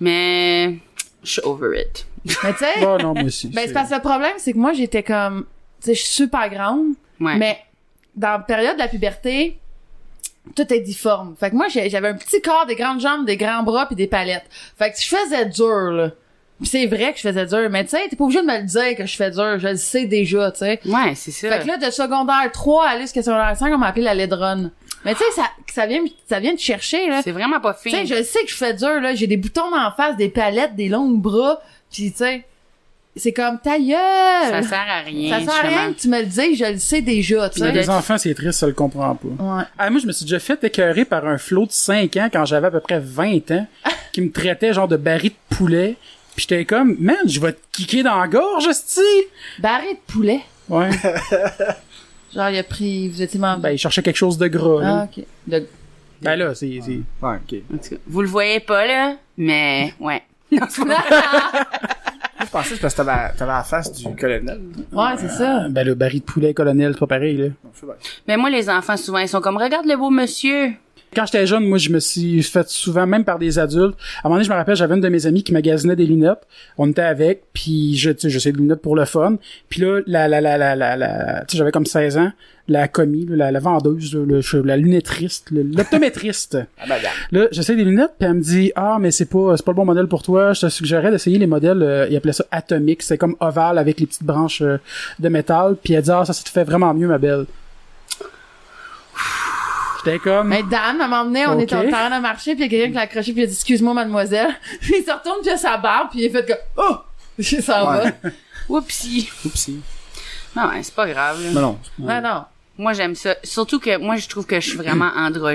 Mais je suis over it. Mais tu sais, Bon, Ah, non, moi aussi. ben, c'est parce que le problème, c'est que moi, j'étais comme, tu sais, je suis super grande, Ouais. mais dans la période de la puberté, tout est difforme. Fait que moi, j'ai- j'avais un petit corps, des grandes jambes, des grands bras puis des palettes. Fait que je faisais dur, là. Pis c'est vrai que je faisais dur, mais tu sais, t'es pas obligé de me le dire que je fais dur, je le sais déjà, tu sais. Ouais, c'est ça. Fait que là, de secondaire 3 à aller jusqu'à secondaire 5, on m'appelait la laidronne. Mais tu sais, ça, ça vient, ça vient te chercher, là. c'est vraiment pas euh, Tu fin. sais, je sais que je fais dur, là. J'ai des boutons en face, des palettes, des longs bras. Puis, tu sais, c'est comme ta Ça gueule. sert à rien. Ça sert à rien justement. que tu me le dis, je le sais déjà, tu Mais sais. les enfants, c'est triste, ça le comprend pas. Ouais. Ah, moi, je me suis déjà fait écœurer par un flot de 5 ans quand j'avais à peu près 20 ans, qui me traitait genre de baril de poulet. Pis j'étais comme, man, je vais te kicker dans la gorge, esti! Barré de poulet. Ouais. Genre, il a pris, vous étiez membre. ben, il cherchait quelque chose de gras, là. ah, ok. De- Ben là, c'est, c'est... Ouais, ok. En tout cas, vous le voyez pas, là, mais ouais. Non, c'est pas Je pensais que c'est parce que t'avais, t'avais la face du colonel. Ouais, c'est ça. Ben, le baril de poulet, colonel, c'est pas pareil, là. Non, je sais pas. Mais moi, les enfants, souvent, ils sont comme, regarde le beau monsieur. Quand j'étais jeune, moi, je me suis fait souvent, même par des adultes. À un moment donné, je me rappelle, j'avais une de mes amies qui magasinait des lunettes. On était avec, puis je, tu sais, j'essayais des lunettes pour le fun. Puis là, la, la, la, la, la, la- tu sais, j'avais comme 16 ans. La commis, la, la vendeuse, le- le- la lunettriste, le- l'optométriste. Ah, madame. Là, j'essaie des lunettes, puis elle me dit Ah, mais c'est pas, c'est pas le bon modèle pour toi. Je te suggérais d'essayer les modèles, euh, ils appelaient ça atomique. C'est comme ovale avec les petites branches euh, de métal. Puis elle dit Ah, ça, ça te fait vraiment mieux, ma belle. J'étais comme. Mais Dan, à m'emmener, on Ok. était en train de marcher, puis il y a quelqu'un qui l'a accroché, puis il a dit, excuse-moi, mademoiselle. Puis il se retourne, puis il a sa barbe, puis il a fait comme, oh! Il s'en Ouais. va. Oupsie. Oupsie. Non, ouais, c'est pas grave, là. Mais non. Non, non. Moi, j'aime ça. Surtout que moi, je trouve que je suis vraiment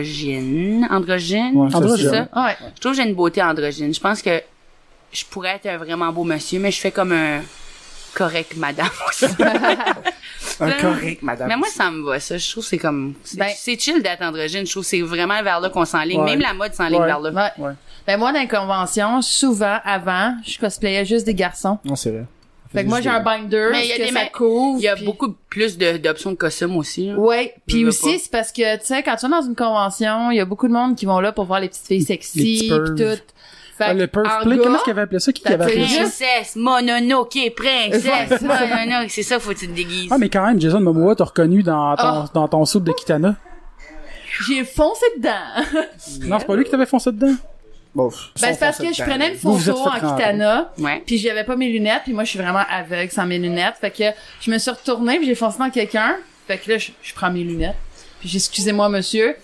androgyne. Androgyne? Ouais, ça, Androgyne. c'est ça? Ouais. Je trouve que j'ai une beauté androgyne. Je pense que je pourrais être un vraiment beau monsieur, mais je fais comme un correct madame aussi. Un Euh, correct, madame. mais moi, ça me va, ça. Je trouve que c'est comme... C'est Ben- c'est chill d'être androgyne. Je trouve que c'est vraiment vers là qu'on s'enligne. Ouais. Même la mode s'enligne Ouais. vers là. Ouais. Ouais. Ben moi, dans les conventions, souvent, avant, je cosplayais juste des garçons. Non, c'est vrai. Fait que moi, j'ai un binder, Mais il y a parce que des ça ma- couvre. Il y a puis- beaucoup plus de- d'options de, costumes aussi. là. Ouais, puis veux aussi pas. c'est parce que tu sais quand tu vas dans une convention, il y a beaucoup de monde qui vont là pour voir les petites filles Les sexy petits pis pervs. tout. Fait Ah, le que, en Perth Play, gars, comment est-ce qu'il avait appelé ça Qui t'as avait appelé fait ça juste- Princesse Mononoke, Ouais, princesse c'est ça. Mononoke. C'est ça, faut que tu te déguises. Ah, mais quand même, Jason Momoa t'a reconnu dans ton, Ah. dans ton soupe de Kitana. j'ai foncé dedans. Non, c'est pas lui qui t'avait foncé dedans. Bon, ben c'est parce que je prenais une Vous vous photo êtes fait en craindre. kitana. Ouais. Puis j'avais pas mes lunettes, puis moi je suis vraiment aveugle sans mes lunettes. Fait que je me suis retournée, puis j'ai foncé dans quelqu'un. Fait que là, je, je prends mes lunettes. Puis j'ai excusez-moi monsieur.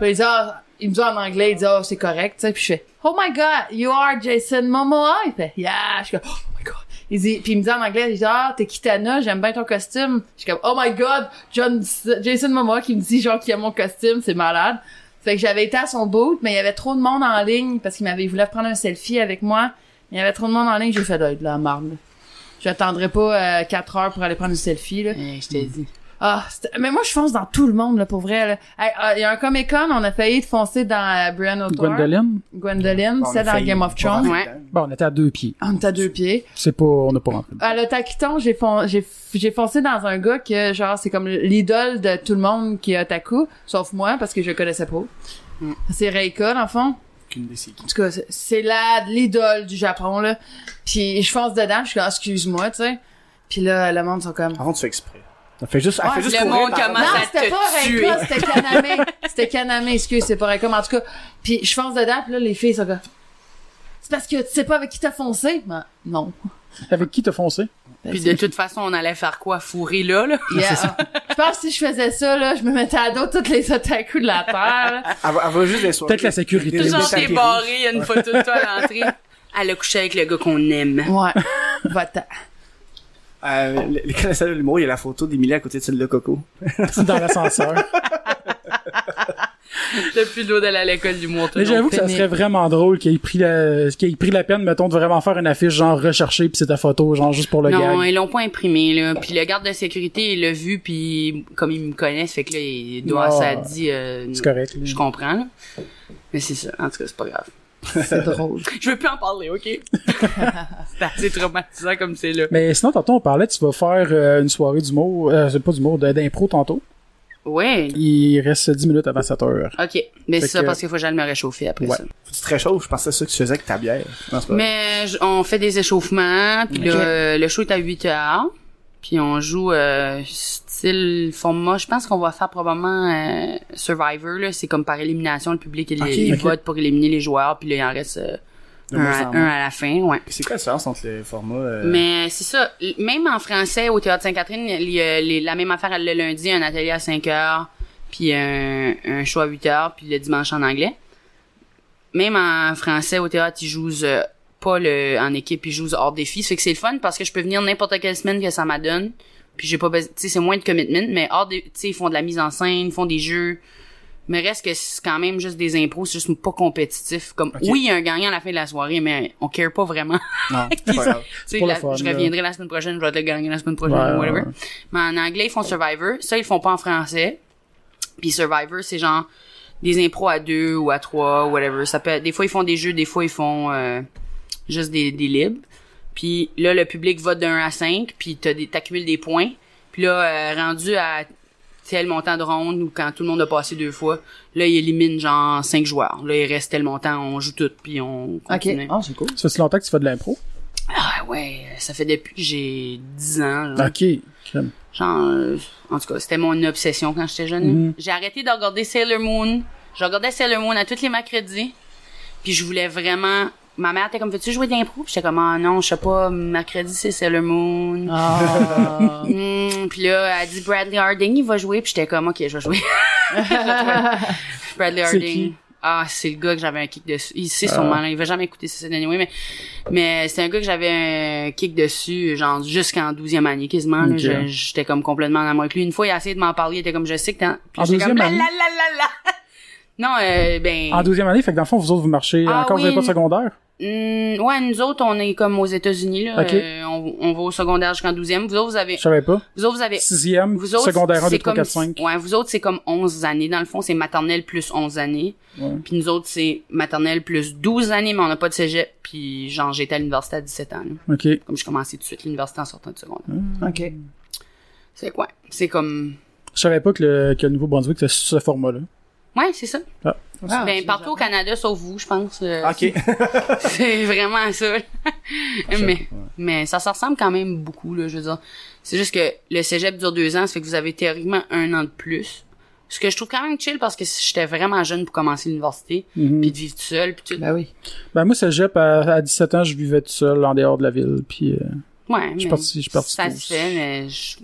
Puis il dit ah, il me dit en anglais, il dit oh c'est correct, tu sais. Puis je fais oh my god, you are Jason Momoa. Il fait yeah, je suis comme oh my god. Il dit, puis il me dit en anglais, il dit ah t'es Kitana, j'aime bien ton costume. Je suis comme oh my god, John Jason Momoa qui me dit genre qu'il aime mon costume, c'est malade. Fait que j'avais été à son boot, mais il y avait trop de monde en ligne parce qu'il m'avait voulu prendre un selfie avec moi. Il y avait trop de monde en ligne, j'ai fait Ah, de la marde. là. J'attendrai pas euh, 4 heures pour aller prendre une selfie là. Eh, je t'ai dit. Ah, c'était- mais moi je fonce dans tout le monde là pour vrai là. Hey, ah, Il y a un Comic Con, on a failli de foncer dans euh, Brian O'Toole. Gwendoline. Gwendoline, c'est dans Game of Thrones. Ouais. Bon, on était à deux pieds. On t'a deux pieds. C'est pas, on n'a pas rentré. À le taquiton, j'ai fon- j'ai f- j'ai foncé dans un gars que genre c'est comme l'idole de tout le monde qui est otaku, sauf moi parce que je le connaissais pas. Mm. C'est Reika dans le fond. Aucune idée c'est qui. En tout cas, c'est- c'est la l'idole du Japon là. Puis je fonce dedans, puis je suis comme excuse-moi, tu sais. Puis là, le monde sont comme Avant, tu fais exprès. Ça fait juste, elle Ouais, fait juste le courir monde par- commence Non, Ça c'était te pas tue. Reika, c'était Kaname. c'était Kaname, excuse, c'est pas Reika, mais en tout cas. Puis je fonce dedans, puis là, les filles sont comme... C'est parce que tu sais pas avec qui t'as foncé? Ben, non. Avec qui t'as foncé? Ben, Puis c'est- de toute façon, on allait faire quoi? Fourrer là, là? Yeah. Je pense que si je faisais ça, là, je me mettais à dos toutes les otakus de la Terre. là. Elle va, elle va juste des soirées. Peut-être la sécurité. Des- des Genre, taquets t'es rouges. barré, il y a une photo de toi à l'entrée. Elle a couché avec le gars qu'on aime. Ouais. Va-t'en. Euh, les- les connaisseurs de l'humour, il y a la photo d'Emilie à côté de celle de Coco. dans l'ascenseur. Depuis l'eau d'aller à l'école du monde. Mais j'avoue que ça pénible. serait vraiment drôle qu'il ait pris la, qu'il ait pris la peine, mettons, de vraiment faire une affiche genre recherchée pis c'est ta photo, genre juste pour le Non, gag. ils l'ont pas imprimé, là. Puis le garde de sécurité, il l'a vu, puis comme ils me connaissent, fait que là, il doit, Non. ça a dit... euh, C'est correct. là. Je comprends, là. Mais c'est ça. En tout cas, c'est pas grave. C'est drôle. Je veux plus en parler, OK? c'est assez traumatisant comme c'est là. Mais sinon, tantôt, on parlait, tu vas faire euh, une soirée d'humour, euh, c'est pas d'humour, de- d'impro tantôt. Oui. Il reste 10 minutes avant 7 heures. OK. Fait Mais c'est ça, que- parce qu'il faut que j'aille me réchauffer après Ouais. ça. Faut que tu te réchauffes, je pensais ça que tu faisais avec ta bière. Non, c'est pas vrai. Mais j- on fait des échauffements, puis euh, Ok. le, le show est à 8 heures. Puis on joue euh, style format. Je pense qu'on va faire probablement euh, Survivor. là. C'est comme par élimination, le public il, Ok, il ok. vote pour éliminer les joueurs, puis là, il en reste euh, De un, moins à, en un moins. à la fin. Ouais. C'est quoi la différence entre le format euh, Mais c'est ça. L- Même en français, au Théâtre Sainte-Catherine, il y a les- la même affaire le lundi, un atelier à 5 heures, puis un, un show à 8 heures, puis le dimanche en anglais. Même en français, au théâtre, ils jouent euh, pas le, en équipe, ils jouent hors défi. Ça fait que c'est le fun parce que je peux venir n'importe quelle semaine que ça m'adonne. Puis j'ai pas besoin, tu sais, c'est moins de commitment, mais hors des, tu sais, ils font de la mise en scène, ils font des jeux. Mais reste que c'est quand même juste des impros, c'est juste pas compétitif. Comme, oui, il y a un gagnant à la fin de la soirée, mais on care pas vraiment. Non, c'est pas grave. Tu sais, pour le la- fun, je là. reviendrai la semaine prochaine, je vais te le gagner la semaine prochaine, Ouais, ou whatever. ouais. Mais en anglais, ils font Survivor. Ça, ils le font pas en français. Puis Survivor, c'est genre des impros à deux ou à trois, whatever. Ça peut, être- des fois, ils font des jeux, des fois, ils font euh, juste des, des libres. Puis là, le public vote d'un à cinq, puis t'as des- t'accumules des points. Puis là, euh, rendu à tel montant de ronde ou quand tout le monde a passé deux fois, là, ils éliminent genre cinq joueurs. Là, il reste tel montant, on joue tout, puis on Ok. continue. Ah, c'est cool. Ça fait longtemps que tu fais de l'impro? Ah ouais, ça fait depuis que j'ai 10 ans. Genre, Ok. Crème. Genre, euh, en tout cas, c'était mon obsession quand j'étais jeune. J'ai arrêté de regarder Sailor Moon. Je regardais Sailor Moon à tous les mercredis. Puis je voulais vraiment... Ma mère était comme, veux-tu jouer de l'impro? Puis J'étais comme, ah non, je sais pas, mercredi c'est Sailor Moon. Ah. Hmm, puis là, elle dit Bradley Harding, il va jouer. Puis j'étais comme, ok, je vais jouer. C'est Bradley Harding. qui? Ah, c'est le gars que j'avais un kick dessus. Il sait sûrement, là, il va jamais écouter ça, anyway, mais, mais c'est un gars que j'avais un kick dessus, genre, jusqu'en 12e année, quasiment, là. Ok. Je- J'étais comme complètement en amour avec lui. Une fois, il a essayé de m'en parler, il était comme, je sais que t'es en... Puis En j'étais comme, 12e Ah la, année? la, la, la, la. Non, euh, ben. En douzième année, fait que dans le fond, vous autres, vous marchez Ah encore, vous oui. n'avez pas de secondaire? hmm, ouais, nous autres, on est comme aux États-Unis, là. Ok. Euh, on, on va au secondaire jusqu'en 12e. Vous autres, vous avez, Je savais pas. vous autres, vous avez Sixième, vous autres, secondaire 1, 2, c'est 3, comme, 4, 5. Ouais, vous autres, c'est comme 11 années. Dans le fond, c'est maternelle plus 11 années. Ouais. Puis nous autres, c'est maternelle plus 12 années, mais on n'a pas de cégep. Puis genre, j'étais à l'université à 17 ans. là. Ok. Comme je commençais tout de suite l'université en sortant de secondaire. Hein? Ok. C'est quoi? C'est comme... Je savais pas que le, que le Nouveau-Brunswick c'était ce format-là. Ouais, c'est ça. Ah, ben, c'est partout au Canada, sauf vous, je pense. euh, Ok. C'est vraiment ça. là. mais, ouais. mais ça se ressemble quand même beaucoup, là, je veux dire. C'est juste que le cégep dure deux ans, ça fait que vous avez théoriquement un an de plus. Ce que je trouve quand même chill parce que j'étais vraiment jeune pour commencer l'université, Mhm. puis de vivre tout seul, puis tout. Ben oui. Ben, moi, cégep, à, à 17 ans, je vivais tout seul en dehors de la ville, puis euh, Ouais, je suis mais parti, je suis parti ça tôt. se fait, mais je,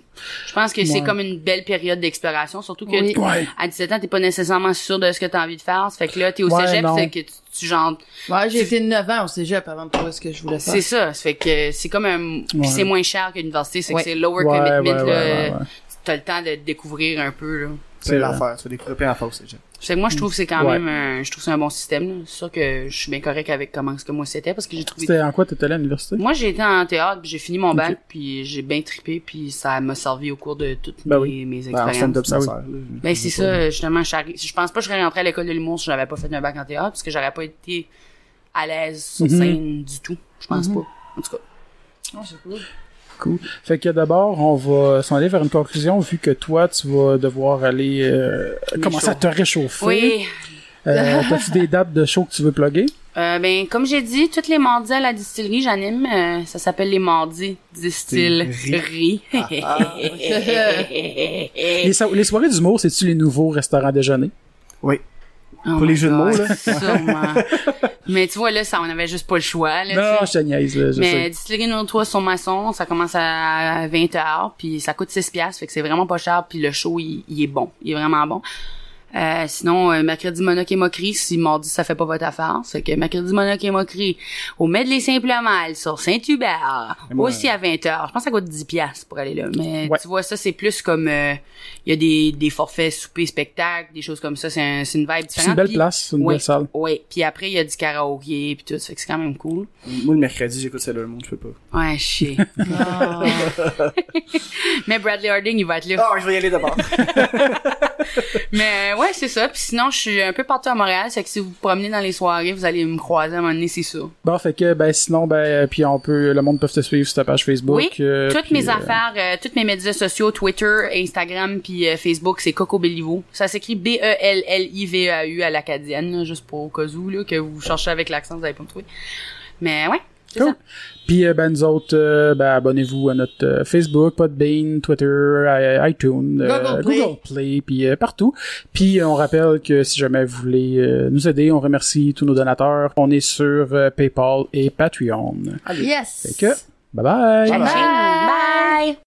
je pense que c'est Ouais. comme une belle période d'exploration, surtout que Oui. Ouais. à 17 ans, t'es pas nécessairement sûr de ce que t'as envie de faire. Ça fait que là, t'es au Ouais, cégep, non. c'est que tu, tu genre, Ouais, j'ai été 9 ans au cégep avant de trouver ce que je voulais faire. c'est ça. Ça fait que c'est comme un, puis Ouais. c'est moins cher que l'université, c'est Ouais. que c'est lower Ouais, ouais, commitment, ouais, là. ouais, ouais. t'as le temps de te découvrir un peu là. C'est C'est l'affaire, tu vas découvrir plein d'affaires au cégep. C'est que moi je trouve que c'est quand Ouais. même un, je trouve que c'est un bon système là. C'est sûr que je suis bien correct avec comment ce que moi c'était parce que j'ai trouvé C'était en quoi t'étais allé à l'université? Moi j'ai été en théâtre, puis j'ai fini mon Ok. bac, puis j'ai bien tripé puis ça m'a servi au cours de toutes Ben mes, oui. mes Ben, en expériences. stand-up, ça Ah oui. sert, là. Ben, c'est ça, justement, je, suis arri- je pense pas que je serais rentrée à l'école de l'humour si j'avais pas fait un bac en théâtre, parce que j'aurais pas été à l'aise sur Mhm. scène du tout. Je pense pas. En tout cas. Ah, c'est cool. Cool. Fait que d'abord, on va s'en aller vers une conclusion, vu que toi, tu vas devoir aller euh, commencer à te réchauffer. Oui. Euh, T'as-tu des dates de show que tu veux plugger? Euh, ben, comme j'ai dit, tous les mardis à la distillerie, j'anime. euh, ça s'appelle les mardis distillerie. Ah, Les, so- les soirées d'humour, c'est-tu les nouveaux restaurants déjeuner? Oui. Oh Pour les my jeux de mots, God, là. Sûrement. Mais tu vois, là, ça, on avait juste pas le choix, là, tu sais. Non, je te niaise, là, euh, je Mais sais. distillerie numéro 3 sur maçon, ça commence à 20h, puis ça coûte 6 piastres, fait que c'est vraiment pas cher, puis le show, il, il est bon. Il est vraiment bon. Euh, sinon, euh, mercredi Monoc et Moquerie, si mardi ça fait pas votre affaire, c'est que mercredi Monoc et Moquerie, au Medley Simple Mal, sur Saint-Hubert, moi, aussi à 20h. Je pense que ça coûte 10 piastres pour aller là. Mais Ouais. tu vois, ça, c'est plus comme, euh, il y a des, des forfaits souper, spectacle, des choses comme ça, c'est un- c'est une vibe différente. C'est une belle puis- place, c'est une Ouais. belle salle. Ouais, puis après, il y a du karaoké, puis tout, ça fait que c'est quand même cool. Moi, le mercredi, j'écoute Sailor Moon, je peux pas. Ouais, chier. Ah. Mais Bradley Harding, il va être là. Ah, je vais y aller d'abord. Mais ouais, c'est ça. Puis sinon, je suis un peu partout à Montréal, c'est que si vous vous promenez dans les soirées, vous allez me croiser à un moment donné, c'est sûr. Bon, fait que, ben, sinon, ben, puis on peut, le monde peut te suivre sur ta page Facebook. Oui, euh, toutes puis, mes euh, affaires, euh, toutes mes médias sociaux, Twitter, Instagram, puis euh, Facebook, c'est Coco Bellivo. Ça s'écrit E B-E-L-L-I-V-A-U à l'acadienne, là, juste pour au cas où, là, que vous cherchez avec l'accent, vous allez pas me trouver. Mais ouais, c'est Cool. ça. Puis, euh, ben, nous autres, euh, ben, abonnez-vous à notre euh, Facebook, Podbean, Twitter, i- iTunes, euh, Google Play. Google Play, puis euh, partout. Puis, euh, on rappelle que si jamais vous voulez euh, nous aider, on remercie tous nos donateurs. On est sur euh, PayPal et Patreon. Yes. Fait que, bye bye! Bye. Bye!